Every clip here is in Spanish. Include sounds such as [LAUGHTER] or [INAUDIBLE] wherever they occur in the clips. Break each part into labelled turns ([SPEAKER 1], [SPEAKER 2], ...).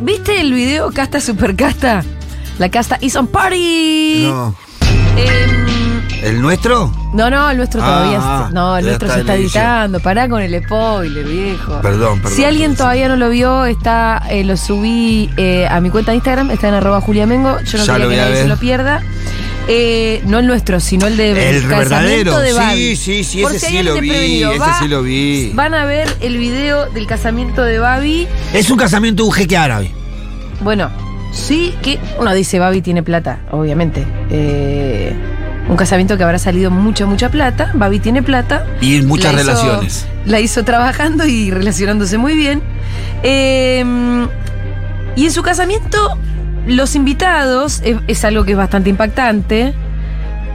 [SPEAKER 1] ¿Viste el video Casta Super Casta? La casta is on party.
[SPEAKER 2] No.
[SPEAKER 1] Em,
[SPEAKER 2] ¿El nuestro?
[SPEAKER 1] no, no, el nuestro
[SPEAKER 2] Ah,
[SPEAKER 1] todavía. es-
[SPEAKER 2] ah,
[SPEAKER 1] no, el
[SPEAKER 2] ya
[SPEAKER 1] nuestro
[SPEAKER 2] está,
[SPEAKER 1] se está
[SPEAKER 2] le hice.
[SPEAKER 1] editando. Pará con el spoiler, viejo.
[SPEAKER 2] Perdón, perdón.
[SPEAKER 1] si alguien todavía no lo vio, está, eh, lo subí eh, a mi cuenta de Instagram, está en arroba juliamengo. Yo no quería
[SPEAKER 2] Ya lo
[SPEAKER 1] que
[SPEAKER 2] voy a
[SPEAKER 1] nadie se
[SPEAKER 2] ver.
[SPEAKER 1] lo pierda. Eh, no el nuestro, sino el de
[SPEAKER 2] El
[SPEAKER 1] casamiento
[SPEAKER 2] verdadero.
[SPEAKER 1] de Babi.
[SPEAKER 2] sí, sí, sí,
[SPEAKER 1] Por
[SPEAKER 2] ese
[SPEAKER 1] si
[SPEAKER 2] sí
[SPEAKER 1] hay
[SPEAKER 2] lo
[SPEAKER 1] alguien
[SPEAKER 2] vi.
[SPEAKER 1] desprevenido.
[SPEAKER 2] Ese
[SPEAKER 1] Va-
[SPEAKER 2] sí lo vi.
[SPEAKER 1] Van a ver el video del casamiento de Babi.
[SPEAKER 2] Es un casamiento de un jeque árabe.
[SPEAKER 1] Bueno, sí que uno dice Babi tiene plata, obviamente. Eh, un casamiento que habrá salido mucha, mucha plata. Babi tiene plata.
[SPEAKER 2] Y en muchas
[SPEAKER 1] La hizo-
[SPEAKER 2] relaciones.
[SPEAKER 1] la hizo trabajando y relacionándose muy bien. Eh, y en su casamiento, los invitados, es, es algo que es bastante impactante.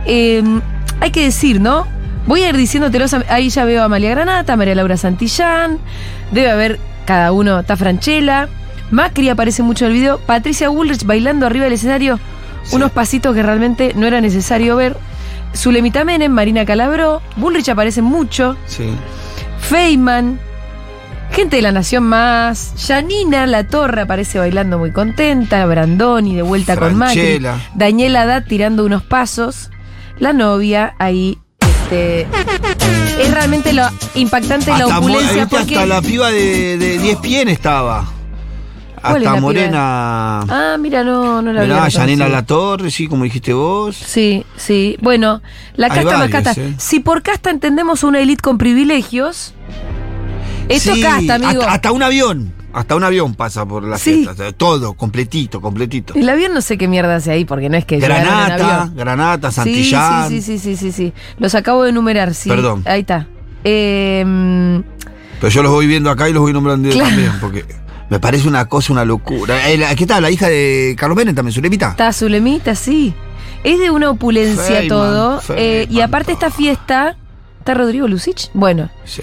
[SPEAKER 1] Eh, hay que decir, ¿no? Voy a ir diciéndotelos, a- ahí ya veo a Amalia Granata, a María Laura Santillán, debe haber cada uno, está Franchella, Macri aparece mucho en el video, Patricia Woolrich bailando arriba del escenario, unos pasitos que realmente no era necesario ver, Zulemita Menem, Marina Calabró, Woolrich aparece mucho,
[SPEAKER 2] Sí.
[SPEAKER 1] Feynman, Gente de la Nación Más, Janina La Torre aparece bailando muy contenta, Brandoni de vuelta
[SPEAKER 2] Franchella.
[SPEAKER 1] con Macri, Daniela Dad tirando unos pasos, la novia ahí, este, es realmente lo impactante de la
[SPEAKER 2] Hasta, mo-
[SPEAKER 1] opulencia
[SPEAKER 2] viste,
[SPEAKER 1] porque
[SPEAKER 2] hasta la piba de, de 10 pien estaba.
[SPEAKER 1] ¿Cuál es la
[SPEAKER 2] Hasta
[SPEAKER 1] piba?
[SPEAKER 2] Morena.
[SPEAKER 1] ah mira no no la había
[SPEAKER 2] Mirá,
[SPEAKER 1] reconocido.
[SPEAKER 2] Yanela La Torre, sí, como dijiste vos.
[SPEAKER 1] Sí, sí. Bueno, la
[SPEAKER 2] Hay
[SPEAKER 1] casta más
[SPEAKER 2] varios,
[SPEAKER 1] casta.
[SPEAKER 2] eh.
[SPEAKER 1] Si por casta entendemos una élite con privilegios, esto
[SPEAKER 2] Sí,
[SPEAKER 1] es casta, amigo.
[SPEAKER 2] Hasta, hasta un avión. Hasta un avión pasa por la
[SPEAKER 1] Sí.
[SPEAKER 2] fiesta. o sea, Todo, completito, completito.
[SPEAKER 1] El avión no sé qué mierda hace ahí, porque no es que llegaron en
[SPEAKER 2] Granata,
[SPEAKER 1] avión.
[SPEAKER 2] Granata,
[SPEAKER 1] Sí,
[SPEAKER 2] Santillán.
[SPEAKER 1] Sí, sí, sí, sí, sí, sí. Los acabo de enumerar, sí.
[SPEAKER 2] Perdón.
[SPEAKER 1] Ahí está. Eh,
[SPEAKER 2] Pero yo los voy viendo acá y los voy nombrando
[SPEAKER 1] Claro.
[SPEAKER 2] también, porque me parece una cosa, una locura. Eh, la- Aquí está la hija de Carlos Menem también, Zulemita.
[SPEAKER 1] está Zulemita, sí. Es de una opulencia
[SPEAKER 2] Feynman,
[SPEAKER 1] todo. eh, y
[SPEAKER 2] Feynman,
[SPEAKER 1] aparte esta
[SPEAKER 2] todo.
[SPEAKER 1] fiesta. ¿Está Rodrigo Lucich? Bueno.
[SPEAKER 2] Sí.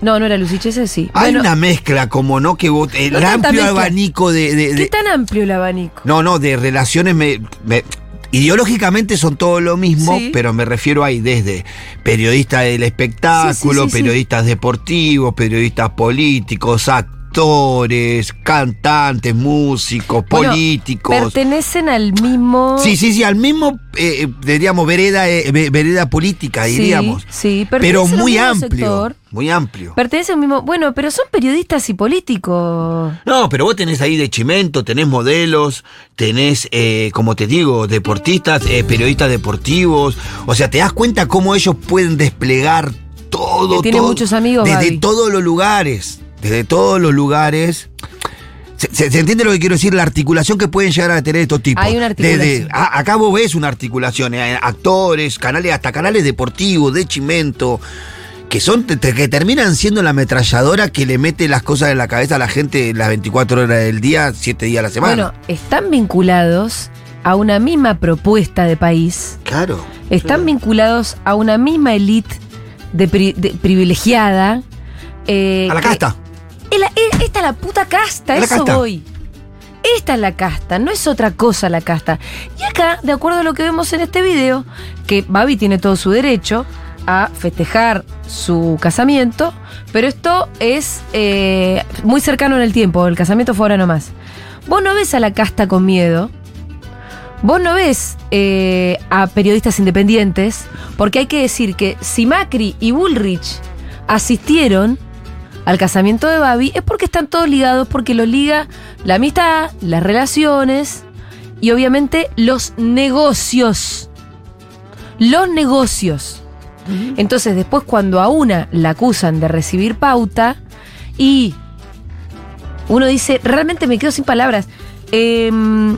[SPEAKER 1] No, no era Lucich, ese sí.
[SPEAKER 2] Hay
[SPEAKER 1] Bueno,
[SPEAKER 2] una mezcla, como no, que vos, el
[SPEAKER 1] No tanta
[SPEAKER 2] amplio
[SPEAKER 1] mezcla.
[SPEAKER 2] abanico de. de-
[SPEAKER 1] ¿Qué
[SPEAKER 2] de-
[SPEAKER 1] tan amplio el abanico?
[SPEAKER 2] no, no, de relaciones. me- me- ideológicamente son todo lo mismo,
[SPEAKER 1] Sí.
[SPEAKER 2] pero me refiero ahí desde periodistas del espectáculo,
[SPEAKER 1] Sí, sí, sí, sí.
[SPEAKER 2] periodistas deportivos, periodistas políticos, actores, cantantes, músicos,
[SPEAKER 1] Bueno,
[SPEAKER 2] políticos.
[SPEAKER 1] Pertenecen al mismo.
[SPEAKER 2] Sí, sí, sí, al mismo, eh, eh, diríamos, vereda, eh, ve- vereda política,
[SPEAKER 1] Sí,
[SPEAKER 2] diríamos.
[SPEAKER 1] sí,
[SPEAKER 2] pero
[SPEAKER 1] pertenecen al
[SPEAKER 2] muy
[SPEAKER 1] mismo
[SPEAKER 2] amplio.
[SPEAKER 1] sector.
[SPEAKER 2] Muy amplio.
[SPEAKER 1] Pertenecen al mismo. Bueno, pero son periodistas y políticos.
[SPEAKER 2] No, pero vos tenés ahí de chimento, tenés modelos, tenés, eh, como te digo, deportistas, eh, periodistas deportivos. O sea, te das cuenta cómo ellos pueden desplegar todo.
[SPEAKER 1] Que tiene
[SPEAKER 2] todo,
[SPEAKER 1] muchos amigos,
[SPEAKER 2] Desde
[SPEAKER 1] Gaby.
[SPEAKER 2] todos los lugares. Desde todos los lugares. ¿Se, se- se entiende lo que quiero decir? La articulación que pueden llegar a tener estos tipos.
[SPEAKER 1] Hay una articulación.
[SPEAKER 2] Desde- a- acá vos ves una articulación. eh, actores, canales, hasta canales deportivos, de chimento que son te- te- que terminan siendo la ametralladora que le mete las cosas en la cabeza a la gente las 24 horas del día, 7 días a la semana.
[SPEAKER 1] Bueno, están vinculados a una misma propuesta de país.
[SPEAKER 2] claro.
[SPEAKER 1] Están vinculados a una misma élite de pri- de- privilegiada. eh,
[SPEAKER 2] A la
[SPEAKER 1] que-
[SPEAKER 2] casta.
[SPEAKER 1] Es la- es- esta es la puta casta,
[SPEAKER 2] Es la
[SPEAKER 1] eso
[SPEAKER 2] casta.
[SPEAKER 1] voy. Esta es la casta, no es otra cosa la casta. Y acá, de acuerdo a lo que vemos en este video, que Babi tiene todo su derecho a festejar su casamiento, pero esto es eh, muy cercano en el tiempo, el casamiento fue ahora nomás. Vos no ves a la casta con miedo, vos no ves eh, a periodistas independientes, porque hay que decir que si Macri y Bullrich asistieron al casamiento de Babi es porque están todos ligados, porque los liga la amistad, las relaciones y obviamente los negocios. Los negocios. Entonces después cuando a una la acusan de recibir pauta y uno dice, realmente me quedo sin palabras, em,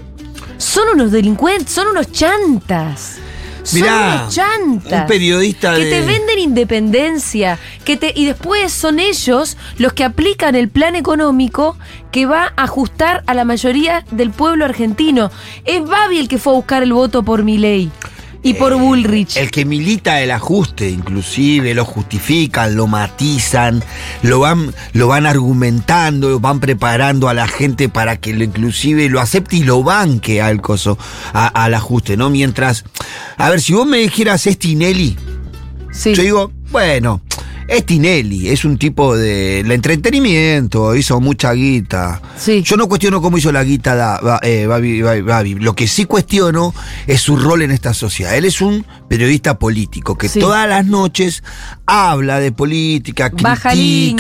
[SPEAKER 1] son unos delincuentes, son unos chantas. Son
[SPEAKER 2] Mirá,
[SPEAKER 1] unos chantas.
[SPEAKER 2] un periodista
[SPEAKER 1] que
[SPEAKER 2] de-
[SPEAKER 1] te venden independencia, que te y después son ellos los que aplican el plan económico que va a ajustar a la mayoría del pueblo argentino. Es Babi el que fue a buscar el voto por Milei
[SPEAKER 2] Eh,
[SPEAKER 1] y por Bullrich.
[SPEAKER 2] El que milita el ajuste, inclusive, lo justifican, lo matizan, lo van, lo van argumentando, lo van preparando a la gente para que lo inclusive lo acepte y lo banque al coso, a- al ajuste, ¿no? Mientras, a ver, si vos me dijeras es Tinelli,
[SPEAKER 1] Sí.
[SPEAKER 2] Yo digo, bueno, Es Tinelli, es un tipo de el entretenimiento, hizo mucha guita.
[SPEAKER 1] Sí.
[SPEAKER 2] Yo no cuestiono cómo hizo la guita da- Ba- eh, Babi, Babi- Babi. Lo que sí cuestiono es su rol en esta sociedad. Él es un periodista político que
[SPEAKER 1] Sí.
[SPEAKER 2] todas las noches habla de política,
[SPEAKER 1] Baja
[SPEAKER 2] critica,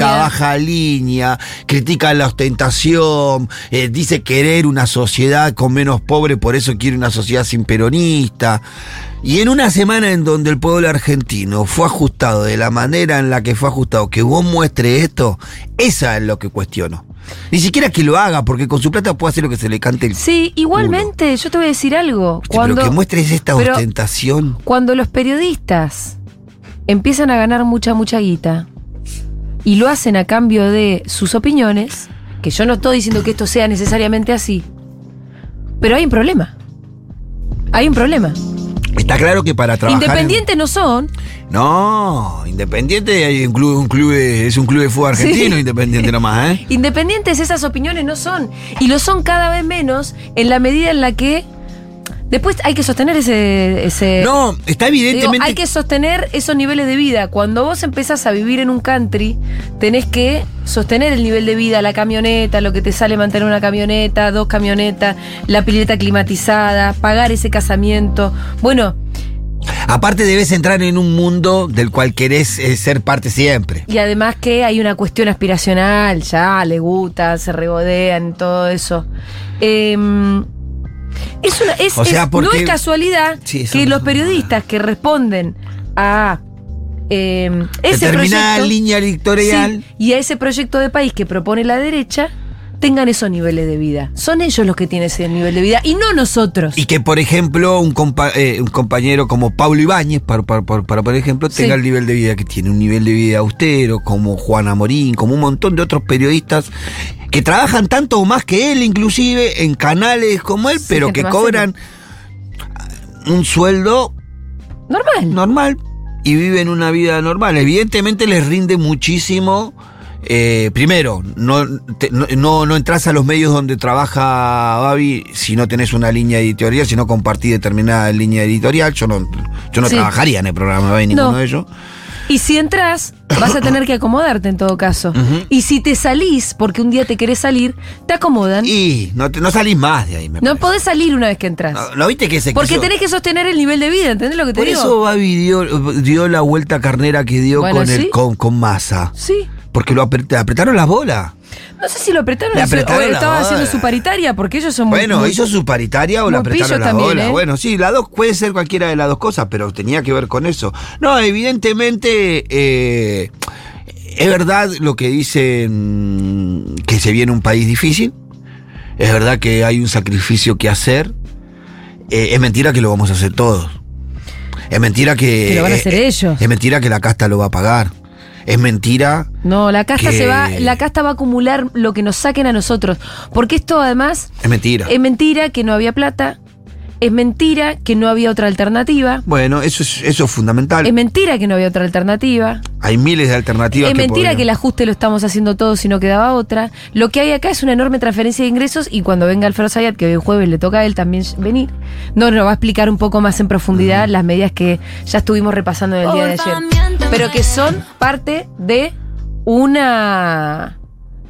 [SPEAKER 1] línea.
[SPEAKER 2] baja línea, critica la ostentación, eh, dice querer una sociedad con menos pobre, por eso quiere una sociedad sin peronista. Y en una semana en donde el pueblo argentino fue ajustado de la manera en la que fue ajustado, que vos muestre esto, esa es lo que cuestiono. Ni siquiera que lo haga, porque con su plata puede hacer lo que se le cante el
[SPEAKER 1] Sí, igualmente, yo te voy a decir algo.
[SPEAKER 2] Sí,
[SPEAKER 1] Cuando,
[SPEAKER 2] pero que muestres esta
[SPEAKER 1] pero-
[SPEAKER 2] ostentación.
[SPEAKER 1] cuando los periodistas empiezan a ganar mucha, mucha guita y lo hacen a cambio de sus opiniones, que yo no estoy diciendo que esto sea necesariamente así, pero hay un problema. Hay un problema.
[SPEAKER 2] Está claro que para trabajar. en-
[SPEAKER 1] Independientes no son,
[SPEAKER 2] No, Independiente hay un club, un club de- es un club de fútbol argentino,
[SPEAKER 1] Sí. [LAUGHS]
[SPEAKER 2] Independiente nomás, ¿eh?
[SPEAKER 1] independientes esas opiniones no son, y lo son cada vez menos en la medida en la que después hay que sostener ese... ese
[SPEAKER 2] No, está
[SPEAKER 1] Eh, Digo,
[SPEAKER 2] evidentemente.
[SPEAKER 1] hay que sostener esos niveles de vida. Cuando vos empezás a vivir en un country, tenés que sostener el nivel de vida, la camioneta, lo que te sale mantener una camioneta, dos camionetas, la pileta climatizada, pagar ese casamiento. Bueno,
[SPEAKER 2] Aparte debes entrar en un mundo del cual querés eh, ser parte siempre.
[SPEAKER 1] y además que hay una cuestión aspiracional, ya, le gusta, se rebodean, todo eso. Em, es una, es-
[SPEAKER 2] O sea,
[SPEAKER 1] es-
[SPEAKER 2] porque-
[SPEAKER 1] no es casualidad
[SPEAKER 2] Sí, eso
[SPEAKER 1] que
[SPEAKER 2] no
[SPEAKER 1] los
[SPEAKER 2] es-
[SPEAKER 1] periodistas que responden a em, ese
[SPEAKER 2] Determinada
[SPEAKER 1] proyecto,
[SPEAKER 2] línea editorial.
[SPEAKER 1] Sí, y a ese proyecto de país que propone la derecha tengan esos niveles de vida. Son ellos los que tienen ese nivel de vida y no nosotros.
[SPEAKER 2] Y que, por ejemplo, un, compa- eh, un compañero como Pablo Ibáñez, para, para- para- para, por ejemplo,
[SPEAKER 1] Sí.
[SPEAKER 2] tenga el nivel de vida que tiene, un nivel de vida austero, como Juana Morín, como un montón de otros periodistas que trabajan tanto o más que él, inclusive, en canales como él,
[SPEAKER 1] Sí,
[SPEAKER 2] pero
[SPEAKER 1] gente
[SPEAKER 2] que
[SPEAKER 1] más
[SPEAKER 2] cobran un sueldo
[SPEAKER 1] Normal.
[SPEAKER 2] normal y viven una vida normal. Evidentemente les rinde muchísimo. eh, primero, no, te- no, no- no entras a los medios donde trabaja Babi si no tenés una línea editorial, si no compartís determinada línea editorial. Yo no, yo no
[SPEAKER 1] Sí.
[SPEAKER 2] trabajaría en el programa de Babi, ninguno
[SPEAKER 1] No.
[SPEAKER 2] de ellos.
[SPEAKER 1] Y si entras, vas a tener que acomodarte en todo caso.
[SPEAKER 2] Ujú.
[SPEAKER 1] Y si te salís, porque un día te querés salir, te acomodan.
[SPEAKER 2] Y no, te- no salís más de ahí, me
[SPEAKER 1] no
[SPEAKER 2] parece.
[SPEAKER 1] podés salir una vez que entras.
[SPEAKER 2] No, ¿no viste Ah, que se
[SPEAKER 1] porque
[SPEAKER 2] quiso-
[SPEAKER 1] tenés que sostener el nivel de vida, ¿entendés lo que te
[SPEAKER 2] Por
[SPEAKER 1] digo?
[SPEAKER 2] eso Babi dio, dio la vuelta carnera que dio
[SPEAKER 1] Bueno,
[SPEAKER 2] con, el,
[SPEAKER 1] sí.
[SPEAKER 2] con, con Massa.
[SPEAKER 1] Sí.
[SPEAKER 2] Porque lo apre- apretaron las bolas.
[SPEAKER 1] No sé si lo apretaron,
[SPEAKER 2] Le
[SPEAKER 1] o si-
[SPEAKER 2] apretaron
[SPEAKER 1] o
[SPEAKER 2] la
[SPEAKER 1] estaba haciendo
[SPEAKER 2] bola.
[SPEAKER 1] su paritaria, porque ellos son muy-
[SPEAKER 2] Bueno,
[SPEAKER 1] muy-
[SPEAKER 2] hizo su paritaria o la
[SPEAKER 1] muy pillo
[SPEAKER 2] apretaron las
[SPEAKER 1] también,
[SPEAKER 2] bolas.
[SPEAKER 1] ¿eh?
[SPEAKER 2] Bueno, sí, la dos puede ser cualquiera de las dos cosas, pero tenía que ver con eso. No, evidentemente eh, es verdad lo que dicen mm, que se viene un país difícil. Es verdad que hay un sacrificio que hacer. Eh, es mentira que lo vamos a hacer todos. Es mentira que.
[SPEAKER 1] Que lo van a hacer
[SPEAKER 2] eh,
[SPEAKER 1] ellos.
[SPEAKER 2] Es mentira que la casta lo va a pagar. Es mentira.
[SPEAKER 1] No, la casta
[SPEAKER 2] que-
[SPEAKER 1] se va, la casta va a acumular lo que nos saquen a nosotros. Porque esto además
[SPEAKER 2] Es mentira.
[SPEAKER 1] es mentira que no había plata, es mentira que no había otra alternativa,
[SPEAKER 2] bueno, eso es, eso es fundamental.
[SPEAKER 1] es mentira que no había otra alternativa,
[SPEAKER 2] Hay miles de alternativas
[SPEAKER 1] Em es
[SPEAKER 2] que
[SPEAKER 1] mentira
[SPEAKER 2] podrían-
[SPEAKER 1] que el ajuste lo estamos haciendo todos y no quedaba otra. Lo que hay acá es una enorme transferencia de ingresos y cuando venga Alfredo Zayat, que hoy jueves le toca a él también venir, no nos va a explicar un poco más en profundidad las medidas que ya estuvimos repasando en el día de ayer. pero que son parte de una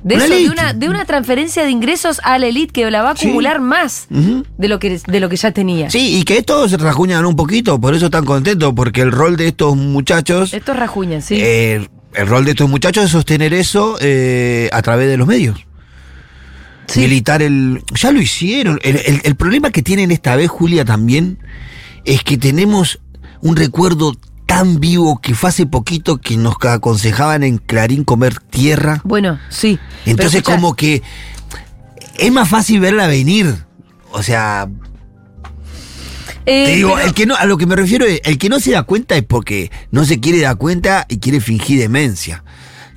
[SPEAKER 1] de,
[SPEAKER 2] Una
[SPEAKER 1] eso, de
[SPEAKER 2] elite.
[SPEAKER 1] una de una transferencia de ingresos a la elite que la va a
[SPEAKER 2] Sí.
[SPEAKER 1] acumular más
[SPEAKER 2] Ujú.
[SPEAKER 1] de lo que de lo que ya tenía.
[SPEAKER 2] Sí, y que estos se rasguñan un poquito, por eso están contentos, porque el rol de estos muchachos,
[SPEAKER 1] Esto es rajuña, sí.
[SPEAKER 2] eh, el rol de estos muchachos es sostener eso eh, a través de los medios.
[SPEAKER 1] Sí.
[SPEAKER 2] Militar el... Ya lo hicieron. El, el- el problema que tienen esta vez, Julia, también, es que tenemos un recuerdo tan vivo que fue hace poquito que nos aconsejaban en Clarín comer tierra.
[SPEAKER 1] Bueno, sí.
[SPEAKER 2] Entonces
[SPEAKER 1] Pero escuchá,
[SPEAKER 2] como que es más fácil verla venir. O sea,
[SPEAKER 1] eh,
[SPEAKER 2] Te digo,
[SPEAKER 1] pero-
[SPEAKER 2] el que no, a lo que me refiero es, el que no se da cuenta es porque no se quiere dar cuenta y quiere fingir demencia.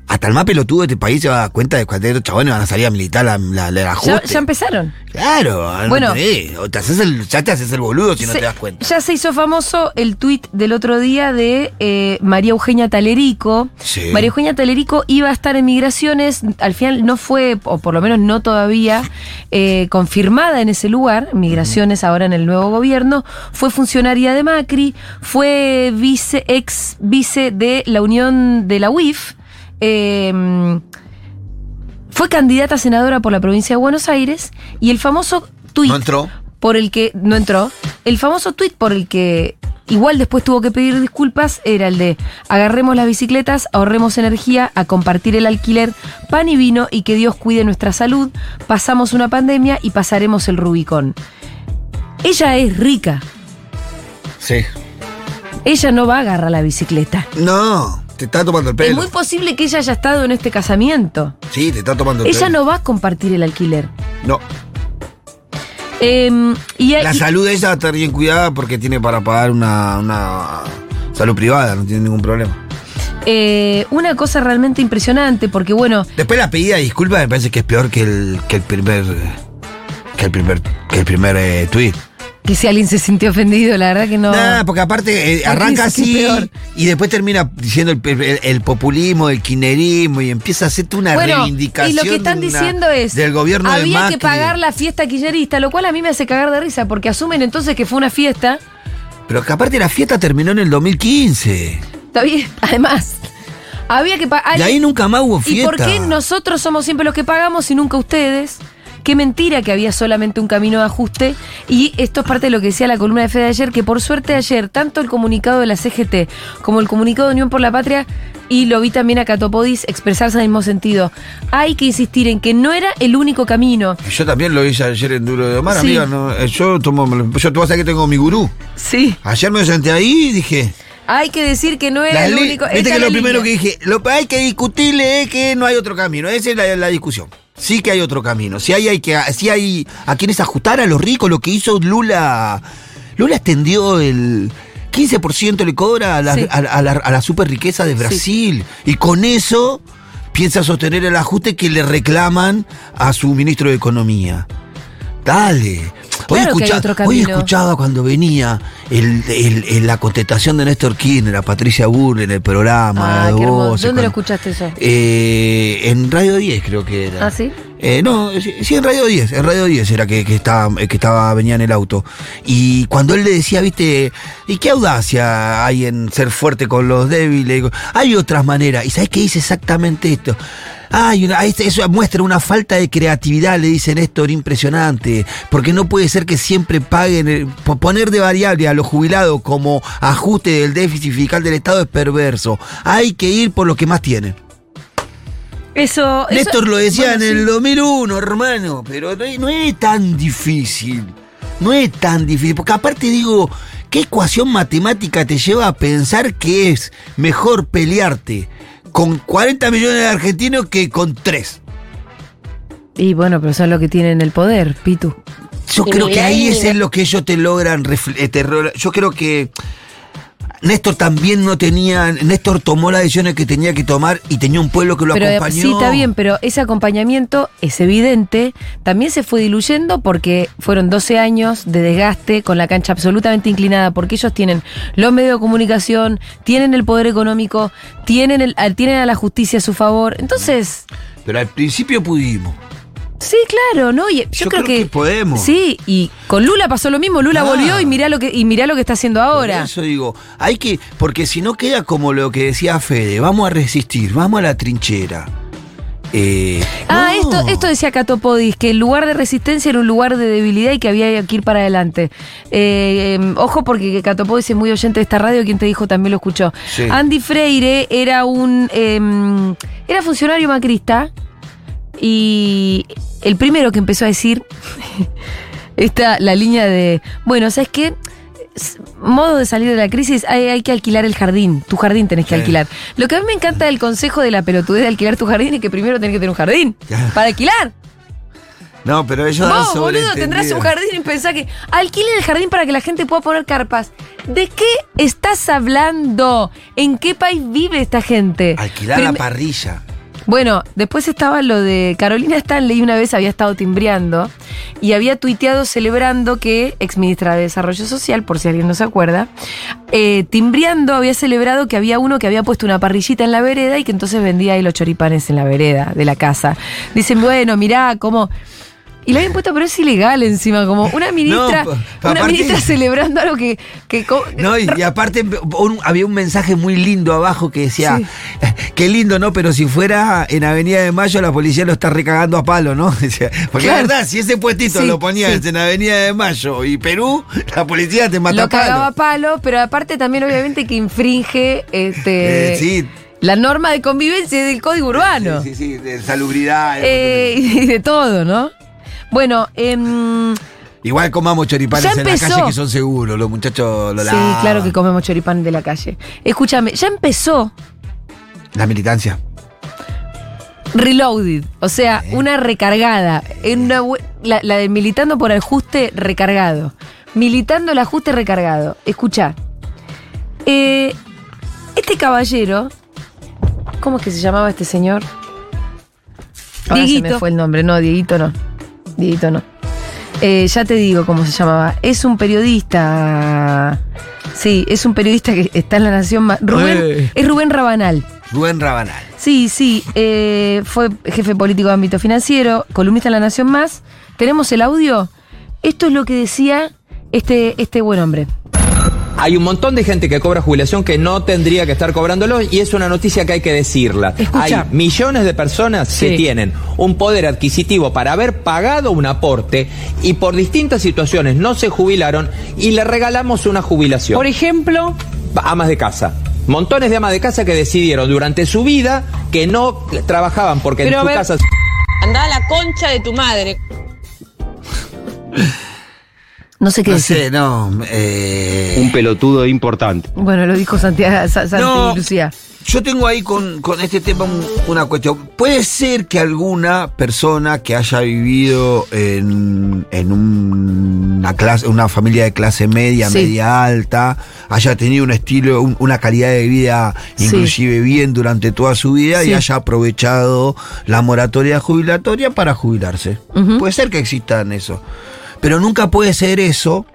[SPEAKER 2] Hasta el más pelotudo de este país se va a dar cuenta de cualquier chabones van a salir a militar la, la, la
[SPEAKER 1] Ya,
[SPEAKER 2] ajuste.
[SPEAKER 1] ya empezaron.
[SPEAKER 2] Claro, no
[SPEAKER 1] Bueno.
[SPEAKER 2] tenés. O te haces el, ya te haces el boludo si no
[SPEAKER 1] Se-
[SPEAKER 2] te das cuenta.
[SPEAKER 1] Ya se hizo famoso el tuit del otro día de eh, María Eugenia Talerico.
[SPEAKER 2] Sí.
[SPEAKER 1] María Eugenia Talerico iba a estar en migraciones, al final no fue, o por lo menos no todavía, eh, confirmada en ese lugar, migraciones ahora en el nuevo gobierno, fue funcionaria de Macri, fue vice, ex vice de la Unión de la UIF, eh, fue candidata a senadora por la provincia de Buenos Aires y el famoso tuit
[SPEAKER 2] ¿No entró?
[SPEAKER 1] por el que no entró. El famoso tuit por el que igual después tuvo que pedir disculpas era el de agarremos las bicicletas, ahorremos energía, a compartir el alquiler, pan y vino y que Dios cuide nuestra salud. Pasamos una pandemia y pasaremos el Rubicón. Ella es rica.
[SPEAKER 2] Sí.
[SPEAKER 1] Ella no va a agarrar la bicicleta.
[SPEAKER 2] No, te está tomando el
[SPEAKER 1] Es
[SPEAKER 2] pelo.
[SPEAKER 1] muy posible que ella haya estado en este casamiento.
[SPEAKER 2] Sí, te está tomando el
[SPEAKER 1] Ella
[SPEAKER 2] pelo.
[SPEAKER 1] no va a compartir el alquiler.
[SPEAKER 2] No.
[SPEAKER 1] Em, y,
[SPEAKER 2] La
[SPEAKER 1] y-
[SPEAKER 2] salud de ella va a estar bien cuidada porque tiene para pagar una, una salud privada, no tiene ningún problema.
[SPEAKER 1] eh, una cosa realmente impresionante, porque bueno,
[SPEAKER 2] Después la pedida de disculpas me parece que es peor que el, que el primer. que el primer. que el primer eh, tweet.
[SPEAKER 1] Que si alguien se sintió ofendido, la verdad que no.
[SPEAKER 2] Nada, porque aparte eh,
[SPEAKER 1] Ay,
[SPEAKER 2] arranca
[SPEAKER 1] dice que
[SPEAKER 2] así
[SPEAKER 1] es peor.
[SPEAKER 2] y después termina diciendo el, el- el populismo, el quinerismo y empieza a hacerte una
[SPEAKER 1] bueno,
[SPEAKER 2] reivindicación.
[SPEAKER 1] y lo que están
[SPEAKER 2] de una-
[SPEAKER 1] diciendo es
[SPEAKER 2] del gobierno de
[SPEAKER 1] había que
[SPEAKER 2] Macri.
[SPEAKER 1] pagar la fiesta quillerista, lo cual a mí me hace cagar de risa, porque asumen entonces que fue una fiesta.
[SPEAKER 2] Pero que aparte la fiesta terminó en el 2015.
[SPEAKER 1] Está bien, [LAUGHS] además, había que pagar.
[SPEAKER 2] De ahí nunca más hubo fiesta.
[SPEAKER 1] ¿Y por qué nosotros somos siempre los que pagamos y nunca ustedes? Qué mentira que había solamente un camino de ajuste. Y esto es parte de lo que decía la columna de Fede ayer, que por suerte ayer, tanto el comunicado de la CGT como el comunicado de Unión por la Patria, y lo vi también a Catopodis expresarse en el mismo sentido. Hay que insistir en que no era el único camino.
[SPEAKER 2] Yo también lo hice ayer en Duro de Omar,
[SPEAKER 1] Sí.
[SPEAKER 2] amiga. no, eh, yo tomo, yo tú vas a saber que tengo mi gurú.
[SPEAKER 1] Sí.
[SPEAKER 2] Ayer me senté ahí y dije.
[SPEAKER 1] Hay que decir que no era
[SPEAKER 2] las
[SPEAKER 1] el
[SPEAKER 2] le-
[SPEAKER 1] único.
[SPEAKER 2] Viste
[SPEAKER 1] esta
[SPEAKER 2] que
[SPEAKER 1] es
[SPEAKER 2] lo
[SPEAKER 1] la
[SPEAKER 2] primero que
[SPEAKER 1] línea.
[SPEAKER 2] dije, lo que hay que discutirle es que no hay otro camino. Esa es la, la discusión. Sí que hay otro camino. Si hay, hay que, si hay a quienes ajustar a los ricos, lo que hizo Lula. Lula extendió el. 15% le cobra a la,
[SPEAKER 1] Sí.
[SPEAKER 2] a, a la, a la super riqueza de Brasil. Y con eso piensa sostener el ajuste que le reclaman a su ministro de Economía. Dale. Hoy,
[SPEAKER 1] Claro que hay
[SPEAKER 2] escucha-
[SPEAKER 1] otro
[SPEAKER 2] hoy
[SPEAKER 1] camino.
[SPEAKER 2] escuchaba cuando venía el- el- el- la contestación de Néstor Kirchner a Patricia Burr en el programa.
[SPEAKER 1] Ah,
[SPEAKER 2] de
[SPEAKER 1] qué hermoso.
[SPEAKER 2] voces,
[SPEAKER 1] ¿Dónde lo
[SPEAKER 2] con-
[SPEAKER 1] escuchaste eso?
[SPEAKER 2] Eh, en Radio 10 creo que era.
[SPEAKER 1] ¿Ah, sí?
[SPEAKER 2] Eh, no, sí, sí, en Radio 10, en Radio 10 era que, que estaba, eh, que estaba, venía en el auto. Y cuando él le decía, viste, ¿y qué audacia hay en ser fuerte con los débiles? Digo, Hay otras maneras. ¿Y sabes qué dice exactamente esto? Hay una, es- eso muestra una falta de creatividad, le dice Néstor, impresionante. Porque no puede ser que siempre paguen. el- po- poner de variable a los jubilados como ajuste del déficit fiscal del Estado es perverso. Hay que ir por los que más tienen.
[SPEAKER 1] Eso. eso-
[SPEAKER 2] Néstor lo decía
[SPEAKER 1] bueno,
[SPEAKER 2] en
[SPEAKER 1] sí.
[SPEAKER 2] el 2001, hermano, pero no, es- no es tan difícil. No es tan difícil, porque aparte digo, ¿qué ecuación matemática te lleva a pensar que es mejor pelearte con 40 millones de argentinos que con 3?
[SPEAKER 1] Y bueno, pero son los que tienen el poder, Pitu.
[SPEAKER 2] Yo
[SPEAKER 3] Y
[SPEAKER 2] creo que
[SPEAKER 3] Milei
[SPEAKER 2] ahí
[SPEAKER 3] ni
[SPEAKER 2] es
[SPEAKER 3] de-
[SPEAKER 2] en lo que ellos te logran. refle- eh, te ro- Yo creo que Néstor también no tenía. Néstor tomó las decisiones que tenía que tomar y tenía un pueblo que lo
[SPEAKER 1] pero, eh,
[SPEAKER 2] acompañó.
[SPEAKER 1] Sí, está bien, pero ese acompañamiento es evidente. También se fue diluyendo porque fueron 12 años de desgaste con la cancha absolutamente inclinada, porque ellos tienen los medios de comunicación, tienen el poder económico, tienen, el, a- tienen a la justicia a su favor. Entonces,
[SPEAKER 2] Pero al principio pudimos.
[SPEAKER 1] sí, claro, ¿no? Y yo,
[SPEAKER 2] Yo
[SPEAKER 1] creo,
[SPEAKER 2] creo que podemos.
[SPEAKER 1] Sí, y con Lula pasó lo mismo. Lula
[SPEAKER 2] Ah.
[SPEAKER 1] volvió y mirá, lo que, y mirá lo que está haciendo ahora.
[SPEAKER 2] Por eso digo, hay que, porque si no queda como lo que decía Fede, vamos a resistir, vamos a la trinchera. Eh,
[SPEAKER 1] Ah,
[SPEAKER 2] no.
[SPEAKER 1] esto, esto decía Catopodis, que el lugar de resistencia era un lugar de debilidad y que había que ir para adelante. Eh, eh, ojo porque Catopodis es muy oyente de esta radio, quien te dijo también lo escuchó.
[SPEAKER 2] Sí.
[SPEAKER 1] Andy Freire era un eh, era funcionario macrista y el primero que empezó a decir [LAUGHS] esta, la línea de, bueno, ¿sabes qué? S- Modo de salir de la crisis, hay, hay que alquilar el jardín, tu jardín tenés que
[SPEAKER 2] Sí.
[SPEAKER 1] alquilar. Lo que a mí me encanta del consejo de la pelotudez de alquilar tu jardín es que primero tenés que tener un jardín
[SPEAKER 2] Claro.
[SPEAKER 1] para alquilar.
[SPEAKER 2] No, pero ellos dan
[SPEAKER 1] Vos, boludo, tendrás un
[SPEAKER 2] sobreentendido.
[SPEAKER 1] jardín y pensá que alquilen el jardín para que la gente pueda poner carpas. ¿De qué estás hablando? ¿En qué país vive esta gente?
[SPEAKER 2] Alquilar
[SPEAKER 1] Prim-
[SPEAKER 2] la parrilla.
[SPEAKER 1] Bueno, después estaba lo de Carolina Stanley, una vez había estado timbreando y había tuiteado celebrando que, exministra de Desarrollo Social, por si alguien no se acuerda, eh, timbreando había celebrado que había uno que había puesto una parrillita en la vereda y que entonces vendía ahí los choripanes en la vereda de la casa. Dicen, bueno, mirá cómo... Y la habían puesto, pero es ilegal encima, como una ministra,
[SPEAKER 2] No, pa- pa-
[SPEAKER 1] una
[SPEAKER 2] aparte- [LAUGHS]
[SPEAKER 1] ministra celebrando algo que... que co-
[SPEAKER 2] No, y, y aparte un- había un mensaje muy lindo abajo que decía,
[SPEAKER 1] Sí.
[SPEAKER 2] [LAUGHS] qué lindo, ¿no? Pero si fuera en Avenida de Mayo, la policía lo está recagando a palo, ¿no? [LAUGHS] Decía, Porque
[SPEAKER 1] Claro.
[SPEAKER 2] la verdad, si ese puestito
[SPEAKER 1] Sí,
[SPEAKER 2] lo ponías
[SPEAKER 1] sí.
[SPEAKER 2] en Avenida de Mayo y Perú, la policía te mata
[SPEAKER 1] lo
[SPEAKER 2] a palo.
[SPEAKER 1] cagaba a palo, pero aparte también obviamente que infringe este,
[SPEAKER 2] Eh, sí.
[SPEAKER 1] la norma de convivencia del código urbano.
[SPEAKER 2] Sí, sí, sí, de salubridad.
[SPEAKER 1] Eh, [LAUGHS] y de todo, ¿no? Bueno, em,
[SPEAKER 2] Igual comamos
[SPEAKER 1] ya
[SPEAKER 2] choripanes en la
[SPEAKER 1] empezó.
[SPEAKER 2] calle que son seguros, los muchachos lo
[SPEAKER 1] sí,
[SPEAKER 2] lavan.
[SPEAKER 1] claro que comemos choripán de la calle. Escúchame, ya empezó
[SPEAKER 2] La militancia.
[SPEAKER 1] Reloaded, o sea, una recargada, en una bu- la, la de militando por ajuste recargado, militando el ajuste recargado. Escucha, este caballero, ¿cómo es que se llamaba este señor? Ahora Ah, se
[SPEAKER 3] Dieguito.
[SPEAKER 1] me fue el nombre, no, Dieguito no, Dieguito no. Eh, ya te digo cómo se llamaba. Es un periodista. Sí, es un periodista que está en la Nación. Ma- Rubén,
[SPEAKER 2] Eh.
[SPEAKER 1] Es Rubén Rabanal.
[SPEAKER 2] Rubén Rabanal.
[SPEAKER 1] Sí, sí, eh, fue jefe político de ámbito financiero, columnista en La Nación Más. ¿Tenemos el audio? Esto es lo que decía este, este buen hombre.
[SPEAKER 4] Hay un montón de gente que cobra jubilación que no tendría que estar cobrándolo y es una noticia que hay que decirla.
[SPEAKER 1] Escucha.
[SPEAKER 4] Hay millones de personas
[SPEAKER 1] Sí.
[SPEAKER 4] que tienen un poder adquisitivo para haber pagado un aporte y por distintas situaciones no se jubilaron y le regalamos una jubilación.
[SPEAKER 3] Por ejemplo,
[SPEAKER 4] amas de casa. Montones de amas de casa que decidieron durante su vida que no trabajaban porque
[SPEAKER 3] Pero a
[SPEAKER 4] en su
[SPEAKER 3] ver-
[SPEAKER 4] casa...
[SPEAKER 3] andá a la concha de tu madre.
[SPEAKER 1] No sé qué
[SPEAKER 2] No
[SPEAKER 1] decir.
[SPEAKER 2] sé, no. eh,
[SPEAKER 5] un pelotudo importante.
[SPEAKER 1] Bueno, lo dijo Santiago, Sa- Santi [LAUGHS]
[SPEAKER 2] No.
[SPEAKER 1] Lucía.
[SPEAKER 2] Yo tengo ahí con, con este tema un- una cuestión. Puede ser que alguna persona que haya vivido en, en un- una clase, una familia de clase media,
[SPEAKER 1] Sí.
[SPEAKER 2] media alta, haya tenido un estilo, un- una calidad de vida
[SPEAKER 1] Sí.
[SPEAKER 2] inclusive bien durante toda su vida
[SPEAKER 1] Sí.
[SPEAKER 2] y haya aprovechado la moratoria jubilatoria para jubilarse.
[SPEAKER 1] Ujú.
[SPEAKER 2] Puede ser que existan eso. Pero nunca puede ser eso